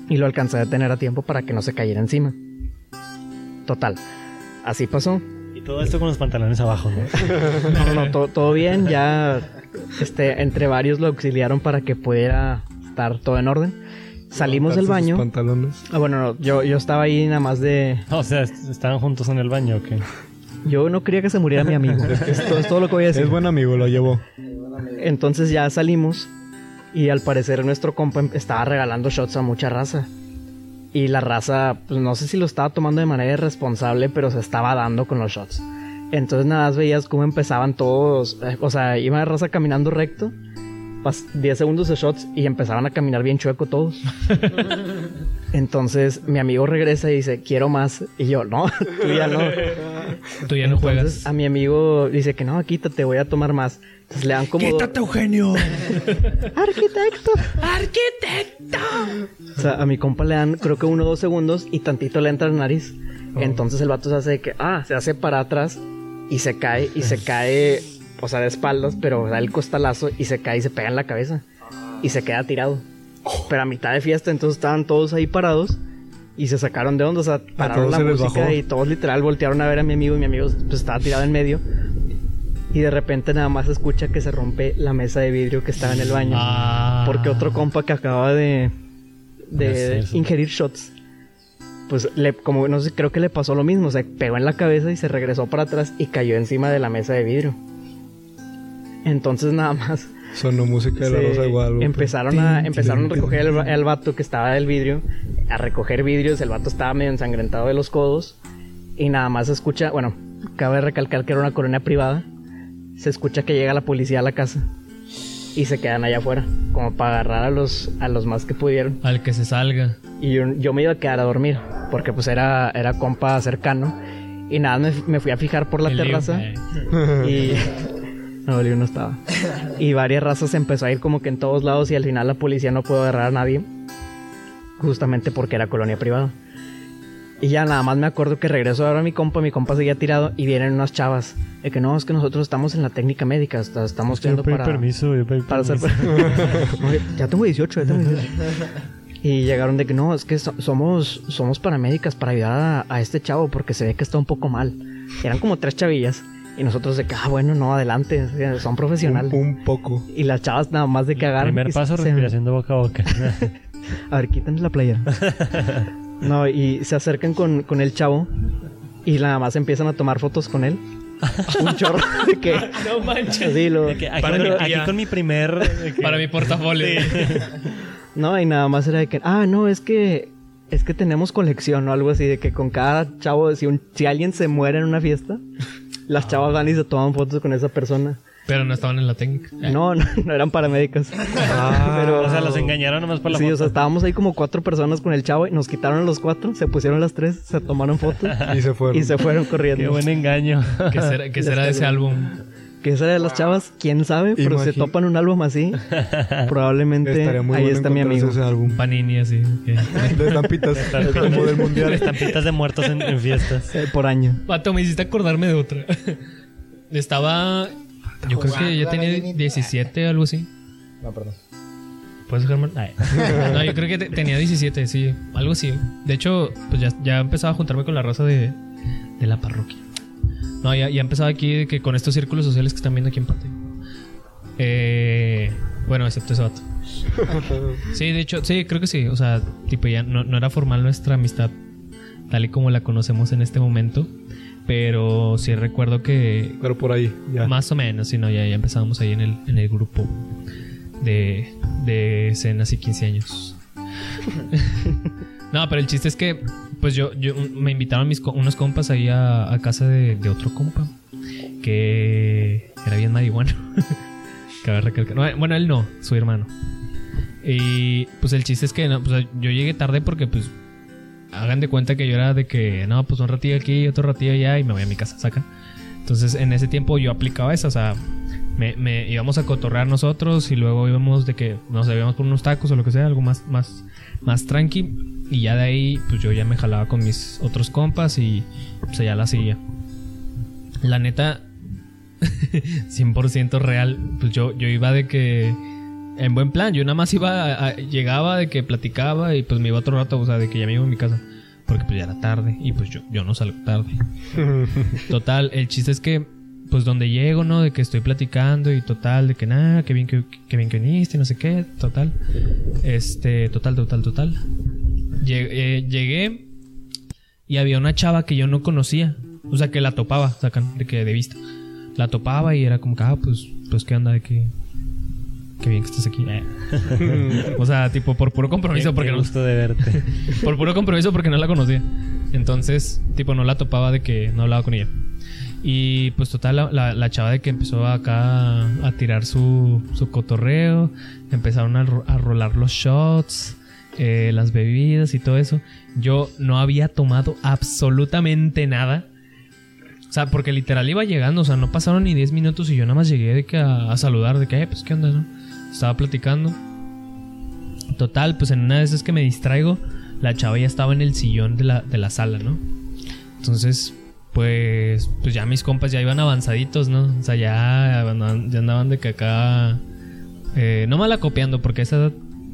Speaker 3: Y lo alcancé a detener a tiempo para que no se cayera encima. Total, así pasó.
Speaker 4: Y todo esto con los pantalones abajo, ¿no?
Speaker 3: No, no, no, to- todo bien. Ya este, entre varios lo auxiliaron para que pudiera estar todo en orden. Salimos del
Speaker 5: Levantarse sus
Speaker 3: baño.
Speaker 5: pantalones.
Speaker 3: Ah, bueno, no, yo, yo estaba ahí nada más de...
Speaker 4: O sea, est- estaban juntos en el baño, ¿o qué?
Speaker 3: Yo no quería que se muriera mi amigo. es, todo, es todo lo que voy a decir.
Speaker 5: Es buen amigo, lo llevó.
Speaker 3: Entonces ya salimos y al parecer nuestro compa em- estaba regalando shots a mucha raza. Y la raza, pues no sé si lo estaba tomando de manera irresponsable, pero se estaba dando con los shots. Entonces nada más veías cómo empezaban todos, eh, o sea, iba la raza caminando recto, pas- 10 segundos de shots y empezaban a caminar bien chueco todos. Entonces mi amigo regresa y dice, quiero más. Y yo, no, tú ya no.
Speaker 2: Tú ya no
Speaker 3: Entonces,
Speaker 2: juegas.
Speaker 3: a mi amigo dice que no, quítate, voy a tomar más. Entonces le dan como. ¡Quítate, Eugenio! ¡Arquitecto! ¡Arquitecto! O sea, a mi compa le dan, creo que uno o dos segundos y tantito le entra la nariz.
Speaker 5: Oh.
Speaker 3: Entonces el vato se hace de que, ah, se hace para atrás y se cae, y se cae, o sea, de espaldas, pero da el costalazo y se cae y se pega en la cabeza. Y se queda tirado. Pero a mitad de fiesta, entonces estaban todos ahí parados y se sacaron de onda, o sea, pararon
Speaker 5: todos
Speaker 3: la
Speaker 5: se les
Speaker 3: música
Speaker 5: bajó.
Speaker 3: y todos literal voltearon a ver a mi amigo y mi amigo pues, estaba tirado en medio. Y de repente nada más se escucha que se rompe la mesa de vidrio que estaba en el baño.
Speaker 2: Ah.
Speaker 3: Porque otro compa que acaba de, de
Speaker 4: De hacerse.
Speaker 3: ingerir shots, pues le, como no sé, creo que le pasó lo mismo. Se pegó en la cabeza y se regresó para atrás y cayó encima de la mesa de vidrio. Entonces nada más
Speaker 5: Sonó música de la
Speaker 3: se
Speaker 5: Rosa de Guadalupe.
Speaker 3: empezaron a, empezaron a recoger el, el vato que estaba del vidrio, a recoger vidrios, el vato estaba medio ensangrentado de los codos y nada más se escucha, bueno, cabe recalcar que era una colonia privada, se escucha que llega la policía a la casa y se quedan allá afuera, como para agarrar a los, a los más que pudieron.
Speaker 2: Al que se salga.
Speaker 3: Y yo, yo me iba a quedar a dormir, porque pues era, era compa cercano. Y nada, me, me fui a fijar por la
Speaker 2: El lío.
Speaker 3: terraza.
Speaker 2: Eh.
Speaker 3: Y. No, el lío no estaba. Y varias razas se empezó a ir como que en todos lados y al final la policía no pudo agarrar a nadie. Justamente porque era colonia privada. Y ya nada más me acuerdo que regreso ahora a mi compa, mi compa seguía tirado y vienen unas chavas. De que no, es que nosotros estamos en la técnica médica, o sea, estamos
Speaker 4: Yo
Speaker 3: viendo
Speaker 4: pedí
Speaker 3: para
Speaker 4: permiso, yo pedí
Speaker 3: para hacer
Speaker 4: permiso.
Speaker 3: Oye, ya tengo 18, ya tengo 18. Y llegaron de que no, es que so- somos, somos paramédicas para ayudar a, a este chavo porque se ve que está un poco mal. Eran como tres chavillas. Y nosotros de que, ah, bueno, no, adelante, son profesionales.
Speaker 5: un, un poco.
Speaker 3: Y las chavas nada más de que agarran. y
Speaker 4: Primer paso,
Speaker 3: se-
Speaker 4: respiración de boca a boca.
Speaker 3: a ver, quítenle la playera. no, y se acercan con, con el chavo y nada más empiezan a tomar fotos con él. Un chorro de que.
Speaker 2: No manches.
Speaker 3: Así lo.
Speaker 4: De que aquí,
Speaker 2: Para
Speaker 4: con,
Speaker 2: mi-
Speaker 4: aquí
Speaker 2: ya.
Speaker 4: con mi primer... eh, de que-
Speaker 2: Eh, Para mi portafolio.
Speaker 3: No, y nada más era de que, ah, no, es que es que tenemos colección o algo así, de que con cada chavo, si, un, si alguien se muere en una fiesta, las chavas van y se toman fotos con esa persona.
Speaker 2: Pero no estaban en la técnica. Eh.
Speaker 3: No, no, no eran paramédicas. pero,
Speaker 4: Ah. O sea, los engañaron nomás para la
Speaker 3: sí, o
Speaker 4: foto.
Speaker 3: sea, estábamos ahí como cuatro personas con el chavo y nos quitaron los cuatro, se pusieron las tres, se tomaron fotos
Speaker 5: Y se fueron.
Speaker 3: y se fueron corriendo.
Speaker 4: Qué buen engaño.
Speaker 2: ¿Qué será, qué será de ese álbum?
Speaker 3: Que esa era de las chavas, quién sabe, pero se
Speaker 5: Imagín-
Speaker 3: topan un álbum así, probablemente
Speaker 5: Estaría muy
Speaker 3: ahí
Speaker 5: bueno
Speaker 3: está mi
Speaker 5: encontrarse
Speaker 3: amigo.
Speaker 5: Ese álbum.
Speaker 2: Panini así. que-
Speaker 5: De estampitas. como del mundial.
Speaker 4: Estampitas de muertos en, en fiestas.
Speaker 3: eh, por año.
Speaker 2: Pato, me hiciste acordarme de otra. Estaba. Yo creo que yo tenía 17, algo así.
Speaker 1: No, perdón.
Speaker 2: ¿Puedes dejarme? No, yo creo que te- tenía 17, sí. Algo así. De hecho, pues ya, ya empezaba a juntarme con la raza de, de la parroquia. No, ya, ya empezaba aquí de que con estos círculos sociales que están viendo aquí en pantalla. Eh, bueno, excepto ese vato. Sí, de hecho, sí, creo que sí. O sea, tipo, ya no, no era formal nuestra amistad tal y como la conocemos en este momento. Pero sí recuerdo que,
Speaker 5: Pero por ahí, ya.
Speaker 2: más o menos, si no, ya, ya empezábamos ahí en el, en el grupo de, de cenas y 15 años. no, pero el chiste es que, pues yo, yo me invitaron mis, co- unos compas ahí a, a casa de, de otro compa que era bien marihuano. Cabe recalcar. No, Bueno, él no, su hermano. Y pues el chiste es que no, pues, yo llegué tarde porque pues hagan de cuenta que yo era de que no, pues un ratillo aquí, otro ratillo allá y me voy a mi casa, sacan. Entonces en ese tiempo yo aplicaba eso, o sea, me, me íbamos a cotorrear nosotros y luego íbamos de que nos debíamos por unos tacos o lo que sea, algo más, más, más tranqui. Y ya de ahí, pues yo ya me jalaba con mis otros compas y pues ya la seguía. La neta, 100% real, pues yo, yo iba de que... En buen plan, yo nada más iba, a- a- llegaba de que platicaba y pues me iba otro rato, o sea, de que ya me iba a mi casa. Porque pues ya era tarde y pues yo, yo no salgo tarde. total, el chiste es que pues donde llego, ¿no? De que estoy platicando y total, de que nada, que bien que, que bien que viniste, no sé qué, total. Este, total, total, total. Lle- eh, llegué y había una chava que yo no conocía. O sea, que la topaba, sacan, de que de vista. La topaba y era como que, ah, pues, pues qué onda, de que... Qué bien que estás aquí. o sea, tipo, por puro compromiso, porque
Speaker 4: Qué
Speaker 2: no,
Speaker 4: gusto de verte.
Speaker 2: por puro compromiso porque no la conocía. Entonces, tipo, no la topaba de que no hablaba con ella. Y pues total, la, la- la chava de que empezó acá a tirar su, su cotorreo, empezaron a, ro- a rolar los shots, eh, las bebidas y todo eso. Yo no había tomado absolutamente nada. O sea, porque literal iba llegando, o sea, no pasaron ni 10 minutos y yo nada más llegué de que a, a saludar, de que, "Eh, pues qué onda, ¿no? Estaba platicando. Total, pues en una de esas que me distraigo, la chava ya estaba en el sillón de la, de la sala, ¿no? Entonces, pues, pues ya mis compas ya iban avanzaditos, ¿no? O sea, ya andaban, ya andaban de que acá... eh, no malacopiando, porque a esa edad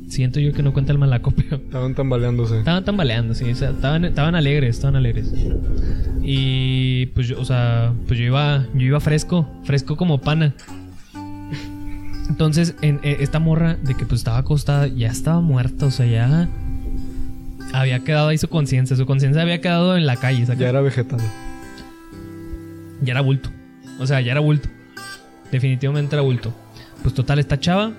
Speaker 2: siento yo que no cuenta el malacopeo.
Speaker 5: Estaban tambaleándose.
Speaker 2: Estaban tambaleando, sí. o sea, estaban, estaban alegres, estaban alegres. Y pues yo, o sea, pues yo iba, yo iba fresco, fresco como pana. Entonces, en, eh, esta morra de que pues estaba acostada, ya estaba muerta, o sea, ya había quedado ahí su conciencia, su conciencia había quedado en la calle, ¿sacas?
Speaker 5: Ya era vegetal.
Speaker 2: ya era bulto. O sea, ya era bulto. Definitivamente era bulto. Pues total, esta chava.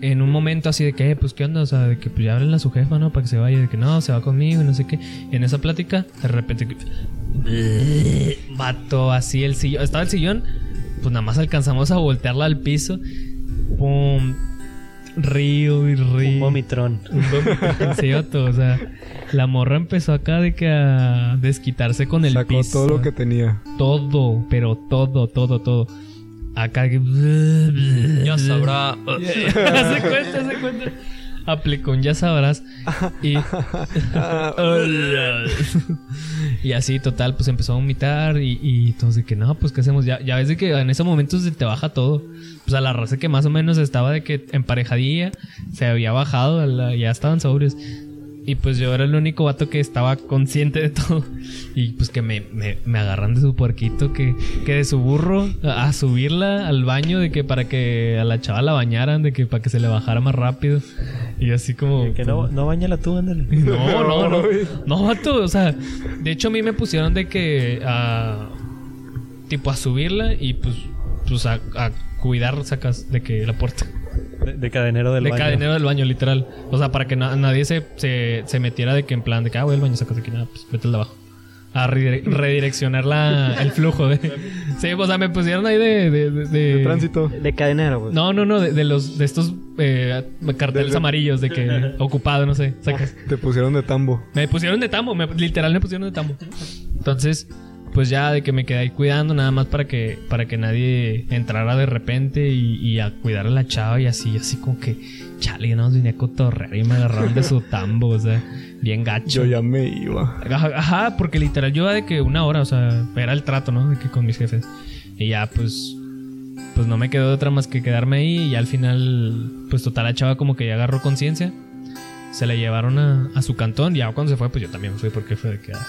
Speaker 2: En un momento así de que, eh, pues qué onda, o sea, de que pues ya hablen a su jefa, ¿no? Para que se vaya, de que no, se va conmigo y no sé qué. En esa plática, de repente. Vato, así el sillón. Estaba el sillón, pues nada más alcanzamos a voltearla al piso. Pum. Río y río.
Speaker 4: Un vomitrón.
Speaker 2: Un vomitón, sí, vato, o sea, la morra empezó acá de que a desquitarse con el
Speaker 5: Sacó
Speaker 2: piso
Speaker 5: todo lo que tenía.
Speaker 2: todo, pero todo, todo, todo. Acá que. Ya sabrá. se cuenta, se cuenta. Aplicó un ya sabrás. Y. y así, total, pues empezó a vomitar. Y, y entonces, que no, pues qué hacemos. Ya, ya ves de que en esos momentos se te baja todo. Pues a la raza que más o menos estaba de que emparejadilla se había bajado. a la- ya estaban sobrios. Y pues yo era el único vato que estaba consciente de todo. Y pues que me, me, me agarran de su puerquito, que, que de su burro, a, a subirla al baño, de que para que a la chava la bañaran, de que para que se le bajara más rápido. Y así como.
Speaker 4: Que no, no bañala tú, ándale.
Speaker 2: No, no, no. No, vato, o sea, de hecho a mí me pusieron de que a tipo a subirla y pues pues a, a cuidar sacas de que la puerta
Speaker 4: De, de cadenero del
Speaker 2: de
Speaker 4: baño.
Speaker 2: cadenero del baño literal, o sea, para que na- nadie se, se, se metiera de que en plan de que ah, voy al baño sacas de que nada, pues vete al de abajo. A redire- redireccionar la, el flujo de. Sí, o sea, me pusieron ahí de. De, de- de-
Speaker 5: De tránsito.
Speaker 3: De cadenero,
Speaker 4: pues.
Speaker 3: güey.
Speaker 2: No, no, no, de, de los de estos eh, carteles
Speaker 5: Del-
Speaker 2: amarillos de que ocupado, no sé. Sacas.
Speaker 5: Te pusieron de tambo.
Speaker 2: Me pusieron de tambo, me- literal me pusieron de tambo. Entonces, pues ya de que me quedé ahí cuidando, nada más para que, para que nadie entrara de repente y, y a cuidar a la chava y así, así como que, chale, yo no nos venía a cotorrear y me agarraron de su tambo, o sea, bien gacho.
Speaker 5: Yo ya me iba.
Speaker 2: Ajá, ajá, porque literal yo iba de que una hora, o sea, era el trato, ¿no? De que con mis jefes. Y ya, pues, pues no me quedó otra más que quedarme ahí. Y ya al final, pues total, la chava como que ya agarró conciencia. Se la llevaron a, a su cantón. Y ya cuando se fue, pues yo también me fui porque fue de que, ah,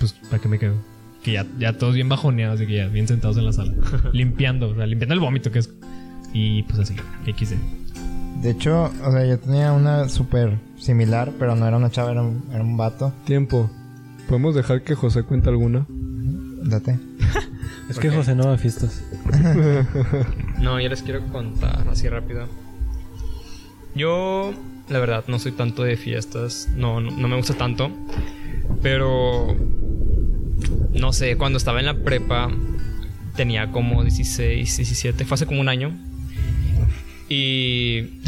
Speaker 2: pues, ¿para qué me quedo? Que ya, ya todos bien bajoneados, de que ya bien sentados en la sala. limpiando, o sea, limpiando el vómito que es. Y pues así, XD.
Speaker 1: De hecho, o sea, yo tenía una súper similar, pero no era una chava, era un, era un vato.
Speaker 5: Tiempo. ¿Podemos dejar que José cuente alguna?
Speaker 1: Date.
Speaker 4: Es que José no va a fiestas.
Speaker 6: No, yo les quiero contar así rápido. Yo, la verdad, no soy tanto de fiestas. No, no, no me gusta tanto. Pero, no sé, cuando estaba en la prepa, tenía como 16, 17. Fue hace como un año. Y...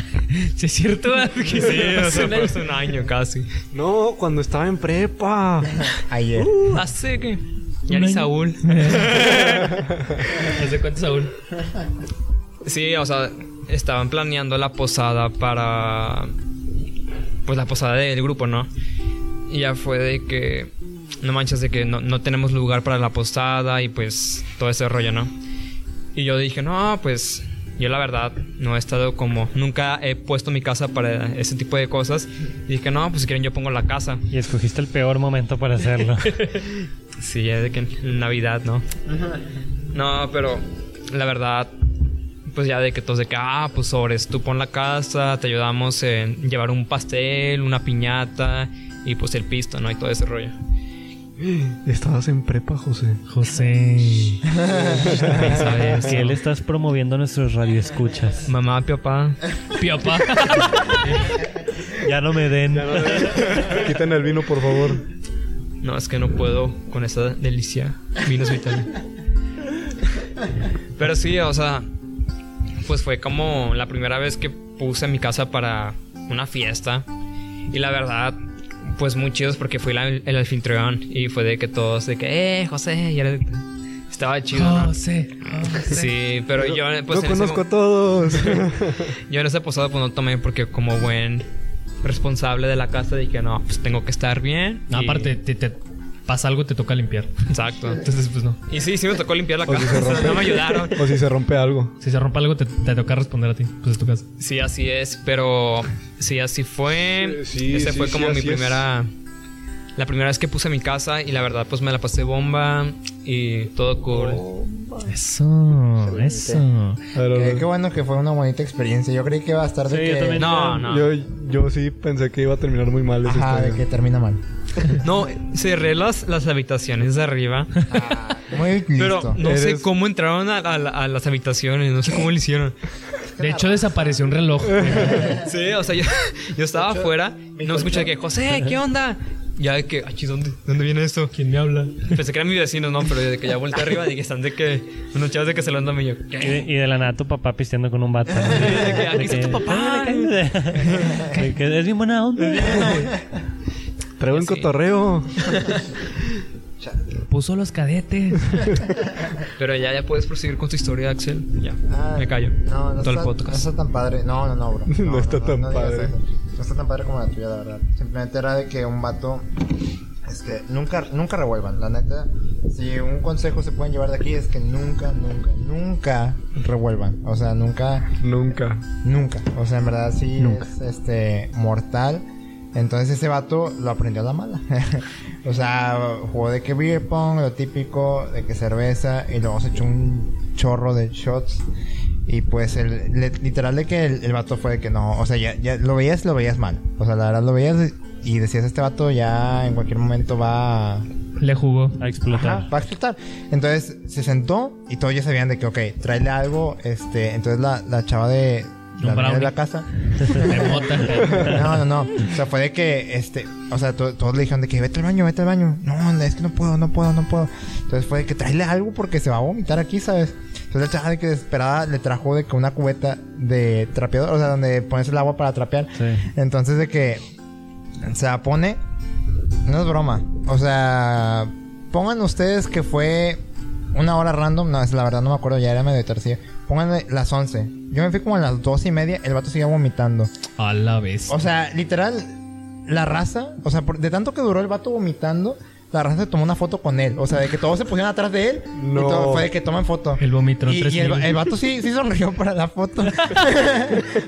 Speaker 6: ¿Sí es cierto? sí, o sea, fue hace un año casi.
Speaker 5: No, cuando estaba en prepa.
Speaker 2: Uh.
Speaker 1: Ayer.
Speaker 6: Uh, Hace que... Ya ni Saúl.
Speaker 2: ¿Hace cuánto, Saúl?
Speaker 6: Sí, o sea, estaban planeando la posada para. Pues la posada del grupo, ¿no? Y ya fue de que. No manches, de que no, no tenemos lugar para la posada y pues todo ese rollo, ¿no? Y yo dije, no, pues yo la verdad no he estado como. Nunca he puesto mi casa para ese tipo de cosas. Y dije, no, pues si quieren yo pongo la casa.
Speaker 4: Y escogiste el peor momento para hacerlo.
Speaker 6: Sí, es de que en Navidad, ¿no? No, pero la verdad, pues ya de que todos de que, ah, pues sobres, tú pon la casa, te ayudamos en llevar un pastel, una piñata y pues el pisto, ¿no? Y todo ese rollo.
Speaker 5: Estabas en prepa, José.
Speaker 2: José.
Speaker 6: Ahí sabes,
Speaker 4: que
Speaker 6: ¿no?
Speaker 4: él estás promoviendo nuestros radioescuchas.
Speaker 6: Mamá, papá.
Speaker 2: Piapa.
Speaker 4: Ya no me den.
Speaker 5: Quiten el vino, por favor.
Speaker 6: No, es que no puedo con esa delicia. Vinos vitales. Pero sí, o sea, pues fue como la primera vez que puse mi casa para una fiesta. Y la verdad, pues muy chidos porque fui la- el anfitrión y fue de que todos de que, eh, José, y era de- estaba chido, ¿no?
Speaker 2: Oh, José.
Speaker 6: Sí, pero yo pues
Speaker 5: Lo
Speaker 6: en ese
Speaker 5: conozco
Speaker 6: mo-
Speaker 5: a todos.
Speaker 6: yo en esa posada pues no tomé porque como buen responsable de la casa dije, no, pues tengo que estar bien.
Speaker 2: No,
Speaker 6: y-
Speaker 2: aparte, te, te pasa algo, te toca limpiar.
Speaker 6: Exacto.
Speaker 2: Entonces, pues no.
Speaker 6: Y sí, sí me tocó limpiar la
Speaker 5: O si se
Speaker 6: casa.
Speaker 5: rompe.
Speaker 6: no me ayudaron.
Speaker 5: o si se rompe algo.
Speaker 2: Si se rompe algo, te, te toca responder a ti. Pues es tu casa.
Speaker 6: Sí, así es, pero sí, así fue.
Speaker 5: Sí, sí,
Speaker 6: Esa
Speaker 5: sí,
Speaker 6: fue
Speaker 5: sí,
Speaker 6: como mi
Speaker 5: así es.
Speaker 6: primera. La primera vez que puse mi casa y la verdad, pues me la pasé bomba y todo cool.
Speaker 5: Oh.
Speaker 2: Eso, eso.
Speaker 5: A ver, a
Speaker 1: Qué,
Speaker 5: ver.
Speaker 1: qué bueno que fue una bonita experiencia. Yo creí que iba a estar de
Speaker 4: Sí,
Speaker 1: que...
Speaker 4: yo también.
Speaker 6: No, no.
Speaker 5: Yo, yo sí pensé que iba a terminar muy mal esa
Speaker 1: Ajá, de que
Speaker 5: historia.
Speaker 1: termina mal.
Speaker 6: No, cerré las, las habitaciones de arriba,
Speaker 1: Muy
Speaker 6: pero
Speaker 1: listo.
Speaker 6: no sé
Speaker 5: Ah, Eres-
Speaker 6: cómo entraron a, a la- a las habitaciones, no sé cómo lo hicieron.
Speaker 2: De hecho, desapareció un reloj.
Speaker 6: Sí, o sea, yo, yo estaba afuera y no escuché de que, José, ¿qué onda? Ya de que, ay, chis, ¿dónde, ¿dónde viene esto?
Speaker 2: ¿Quién me habla?
Speaker 6: Pensé que eran mis vecinos, no, pero de que ya volteé arriba y que están de que, unos chavos de que se lo andan y yo, ¿qué?
Speaker 4: Y de, y de la nada tu papá pisteando con un vato. ¿no? De
Speaker 6: que, "Aquí está tu papá".
Speaker 4: "Cállate, cállate". De que es bien buena onda.
Speaker 5: Traigo un
Speaker 6: Sí.
Speaker 5: cotorreo.
Speaker 2: Puso los cadetes.
Speaker 6: Pero ya, ya puedes proseguir con tu historia, Axel. Ya,
Speaker 1: Ah,
Speaker 6: me callo.
Speaker 1: No, no
Speaker 6: Todo
Speaker 1: está,
Speaker 6: el
Speaker 1: no
Speaker 6: podcast.
Speaker 1: está tan padre. No, no, no, bro.
Speaker 5: No está tan
Speaker 1: digas
Speaker 5: padre.
Speaker 1: eso. No está tan padre como la tuya, la verdad. Simplemente era de que un vato. Este, nunca, nunca revuelvan, la neta. Si un consejo se pueden llevar de aquí es que nunca, nunca, nunca revuelvan. O sea, nunca,
Speaker 5: Nunca.
Speaker 1: nunca. O sea, en verdad sí
Speaker 4: Nunca.
Speaker 1: es este, mortal. Entonces ese vato lo aprendió a la mala. o sea, jugó de que beer pong, lo típico, de que cerveza, y luego se echó un chorro de shots. Y pues el, le- literal de que el, el vato fue de que no, o sea, ya, ya lo veías, lo veías mal. O sea, la verdad lo veías y decías, este vato ya en cualquier momento va a-
Speaker 2: Le jugó.
Speaker 4: A explotar.
Speaker 1: Ajá, va a explotar. Entonces se sentó y todos ya sabían de que, ok, tráele algo. Este, entonces la, la chava de
Speaker 2: Un
Speaker 1: la, dueña de
Speaker 2: brownie.
Speaker 1: la casa.
Speaker 2: De mota.
Speaker 1: No, no, no. O sea, fue de que, este, o sea, to- todos le dijeron de que vete al baño, vete al baño. No, es que no puedo, no puedo, no puedo. Entonces fue de que tráele algo porque se va a vomitar aquí, ¿sabes? Entonces la chava de que desesperada le trajo de que una cubeta de trapeador, o sea, donde pones el agua para trapear.
Speaker 4: Sí.
Speaker 1: Entonces de que se la pone, no es broma. O sea, pongan ustedes que fue una hora random, no, es la verdad no me acuerdo, ya era medio tercera. Pongan las 11. Yo me fui como a las 12 y media, el vato seguía vomitando.
Speaker 2: A la vez.
Speaker 1: O sea, literal, la raza, o sea, por- de tanto que duró el vato vomitando, la raza se tomó una foto con él. O sea, de que todos se pusieron atrás de él y
Speaker 5: No.
Speaker 1: todo fue de que toman foto.
Speaker 2: El vomitrón
Speaker 1: Y,
Speaker 2: 3000.
Speaker 1: y el, va- el vato sí, sí sonrió para la foto.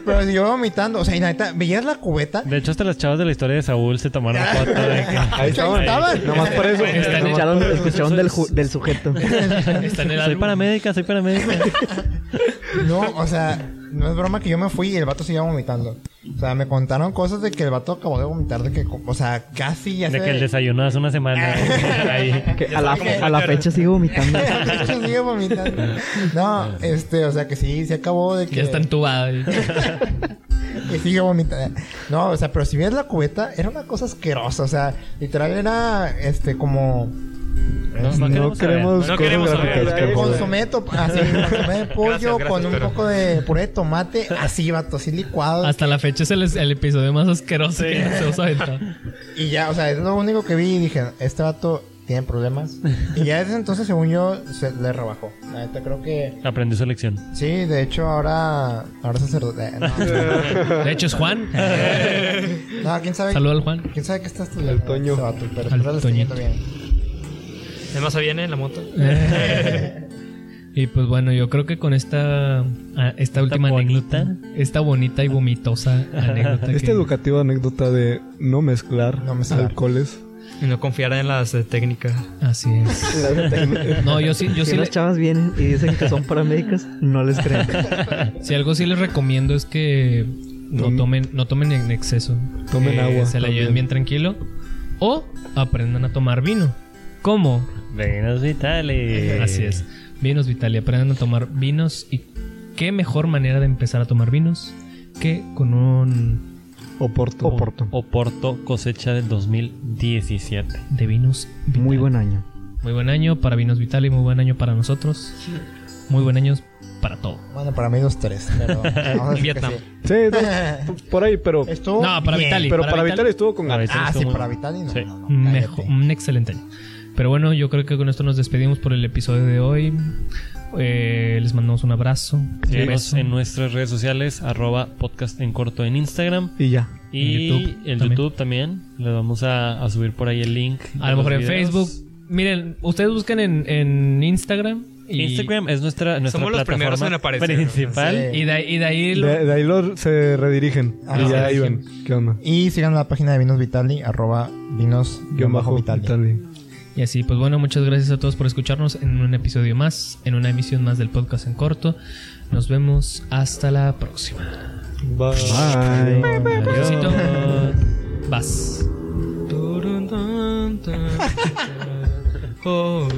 Speaker 1: Pero siguió vomitando. O sea, y la neta, ¿veías la cubeta?
Speaker 4: De hecho, hasta las chavas de la historia de Saúl se tomaron foto de que...
Speaker 5: Ahí estaban.
Speaker 1: estaban.
Speaker 5: Nomás por eso.
Speaker 2: Están en-
Speaker 3: Escucharon, escucharon del, ju- del sujeto.
Speaker 2: Está en el
Speaker 4: Soy
Speaker 2: álbum.
Speaker 4: paramédica, soy paramédica.
Speaker 1: No, o sea, no es broma que yo me fui y el vato seguía vomitando. O sea, me contaron cosas de que el vato acabó de vomitar, de que, co- o sea, casi ya
Speaker 4: De
Speaker 1: se-
Speaker 4: que el desayuno hace una semana. Ahí.
Speaker 3: Que a, la, a la fecha sigo vomitando.
Speaker 1: De hecho, sigue vomitando. No, este, o sea, que sí, se acabó de que...
Speaker 2: Ya está entubada.
Speaker 1: Y sigue vomitando. No, o sea, pero si ves la cubeta, era una cosa asquerosa. O sea, literal era este como. este,
Speaker 4: No, no
Speaker 5: No
Speaker 4: queremos saber.
Speaker 5: queremos cosas
Speaker 6: No queremos saber.
Speaker 5: gráficas, por
Speaker 1: Con
Speaker 5: favor.
Speaker 1: consomé, to- así, consomé de pollo
Speaker 6: Gracias, gracias,
Speaker 1: con un
Speaker 6: pero-
Speaker 1: poco de puré de tomate, así, vato, así licuado.
Speaker 2: Hasta la fecha es el, el episodio más asqueroso que nos hemos aventado.
Speaker 1: Y ya, o sea, es lo único que vi y dije, este vato tienen problemas. Y ya desde entonces, según yo, se le rebajó. La neta creo que...
Speaker 4: Aprendió su lección.
Speaker 1: Sí, de hecho ahora... Ahora sacerdote... eh,
Speaker 2: De hecho, es Juan.
Speaker 1: No, no, quién sabe...
Speaker 2: Saluda al Juan.
Speaker 1: ¿Quién sabe qué está estudiando?
Speaker 5: Al Toño.
Speaker 1: Ese vato, pero
Speaker 2: Al
Speaker 1: espero le esté yendo
Speaker 2: Toñito.
Speaker 1: bien.
Speaker 6: Además, se viene en la moto.
Speaker 2: Y pues bueno, yo creo que con esta, a- esta última
Speaker 4: bonita.
Speaker 2: anécdota, esta bonita y vomitosa anécdota.
Speaker 5: Esta
Speaker 2: que-
Speaker 5: educativa anécdota de no mezclar,
Speaker 1: No mezclar.
Speaker 5: alcoholes.
Speaker 6: Y no confiar en las eh, técnicas.
Speaker 2: Así es. No, yo sí, yo
Speaker 3: si
Speaker 2: sí,
Speaker 3: las
Speaker 2: le-
Speaker 3: chavas vienen y dicen que son paramédicas, no les creen.
Speaker 2: si algo sí les recomiendo es que no
Speaker 5: Tomen-
Speaker 2: tomen, no tomen en exceso.
Speaker 5: Tomen
Speaker 2: Que
Speaker 5: agua
Speaker 2: Se la lleven
Speaker 5: también.
Speaker 2: bien tranquilo. O aprendan a tomar vino. ¿Cómo?
Speaker 4: Venos
Speaker 5: Eh.
Speaker 4: vitales.
Speaker 2: Así es. Vinos Vitali, aprendan a tomar vinos. ¿Y qué mejor manera de empezar a tomar vinos que con un
Speaker 5: Oporto.
Speaker 4: Oporto cosecha del 2017.
Speaker 2: de vinos Vitali?
Speaker 3: Muy buen año.
Speaker 2: Muy buen año para Vinos Vitali, muy buen año para nosotros. Muy buen año para todo.
Speaker 1: Bueno, para mí dos, tres. Pero vamos a decir que
Speaker 6: Vietnam.
Speaker 1: sí.
Speaker 5: Sí, no, por ahí, pero,
Speaker 1: Estuvo
Speaker 2: No, para
Speaker 1: bien.
Speaker 2: Vitali.
Speaker 5: pero
Speaker 2: para
Speaker 5: para
Speaker 2: Vitali-
Speaker 5: evitar estuvo con ganas.
Speaker 1: Ah, sí,
Speaker 4: Estuvo muy-
Speaker 1: para Vitali no.
Speaker 4: Sí.
Speaker 1: no, no, cállate.
Speaker 2: Mejo- un excelente año. Pero bueno, yo creo que con esto nos despedimos por el episodio de hoy. Eh, les mandamos un abrazo. un
Speaker 4: Síguenos
Speaker 2: beso.
Speaker 4: pues, en nuestras redes sociales, arroba podcast en corto en Instagram
Speaker 5: Ah, Y ya.
Speaker 4: y
Speaker 2: En YouTube
Speaker 4: el
Speaker 2: también.
Speaker 4: YouTube también. Les vamos a, a subir por ahí el link.
Speaker 2: A
Speaker 4: de
Speaker 2: lo mejor en
Speaker 4: los videos.
Speaker 2: Facebook. Miren, ustedes buscan en, en Instagram. Y,
Speaker 4: Instagram es nuestra, nuestra
Speaker 6: Somos los
Speaker 4: plataforma
Speaker 6: primeros en aparecer.
Speaker 4: principal.
Speaker 1: Sí.
Speaker 2: Y de, ahí- y de ahí lo-
Speaker 5: De, de ahí lo- se redirigen.
Speaker 1: Ah,
Speaker 5: y
Speaker 1: se
Speaker 5: ya ahí van. ¿Qué onda?
Speaker 1: Y sigan la página de Vinos Vitali, arroba vinos
Speaker 5: Guión bajo
Speaker 1: Vitali.
Speaker 5: Vitali.
Speaker 2: Y así, pues bueno, muchas gracias a todos por escucharnos en un episodio más, en una emisión más del podcast en corto. Nos vemos hasta la próxima.
Speaker 5: Bye.
Speaker 2: Adiósito. Vas.
Speaker 6: Turun, tun, tun, tun. Oh.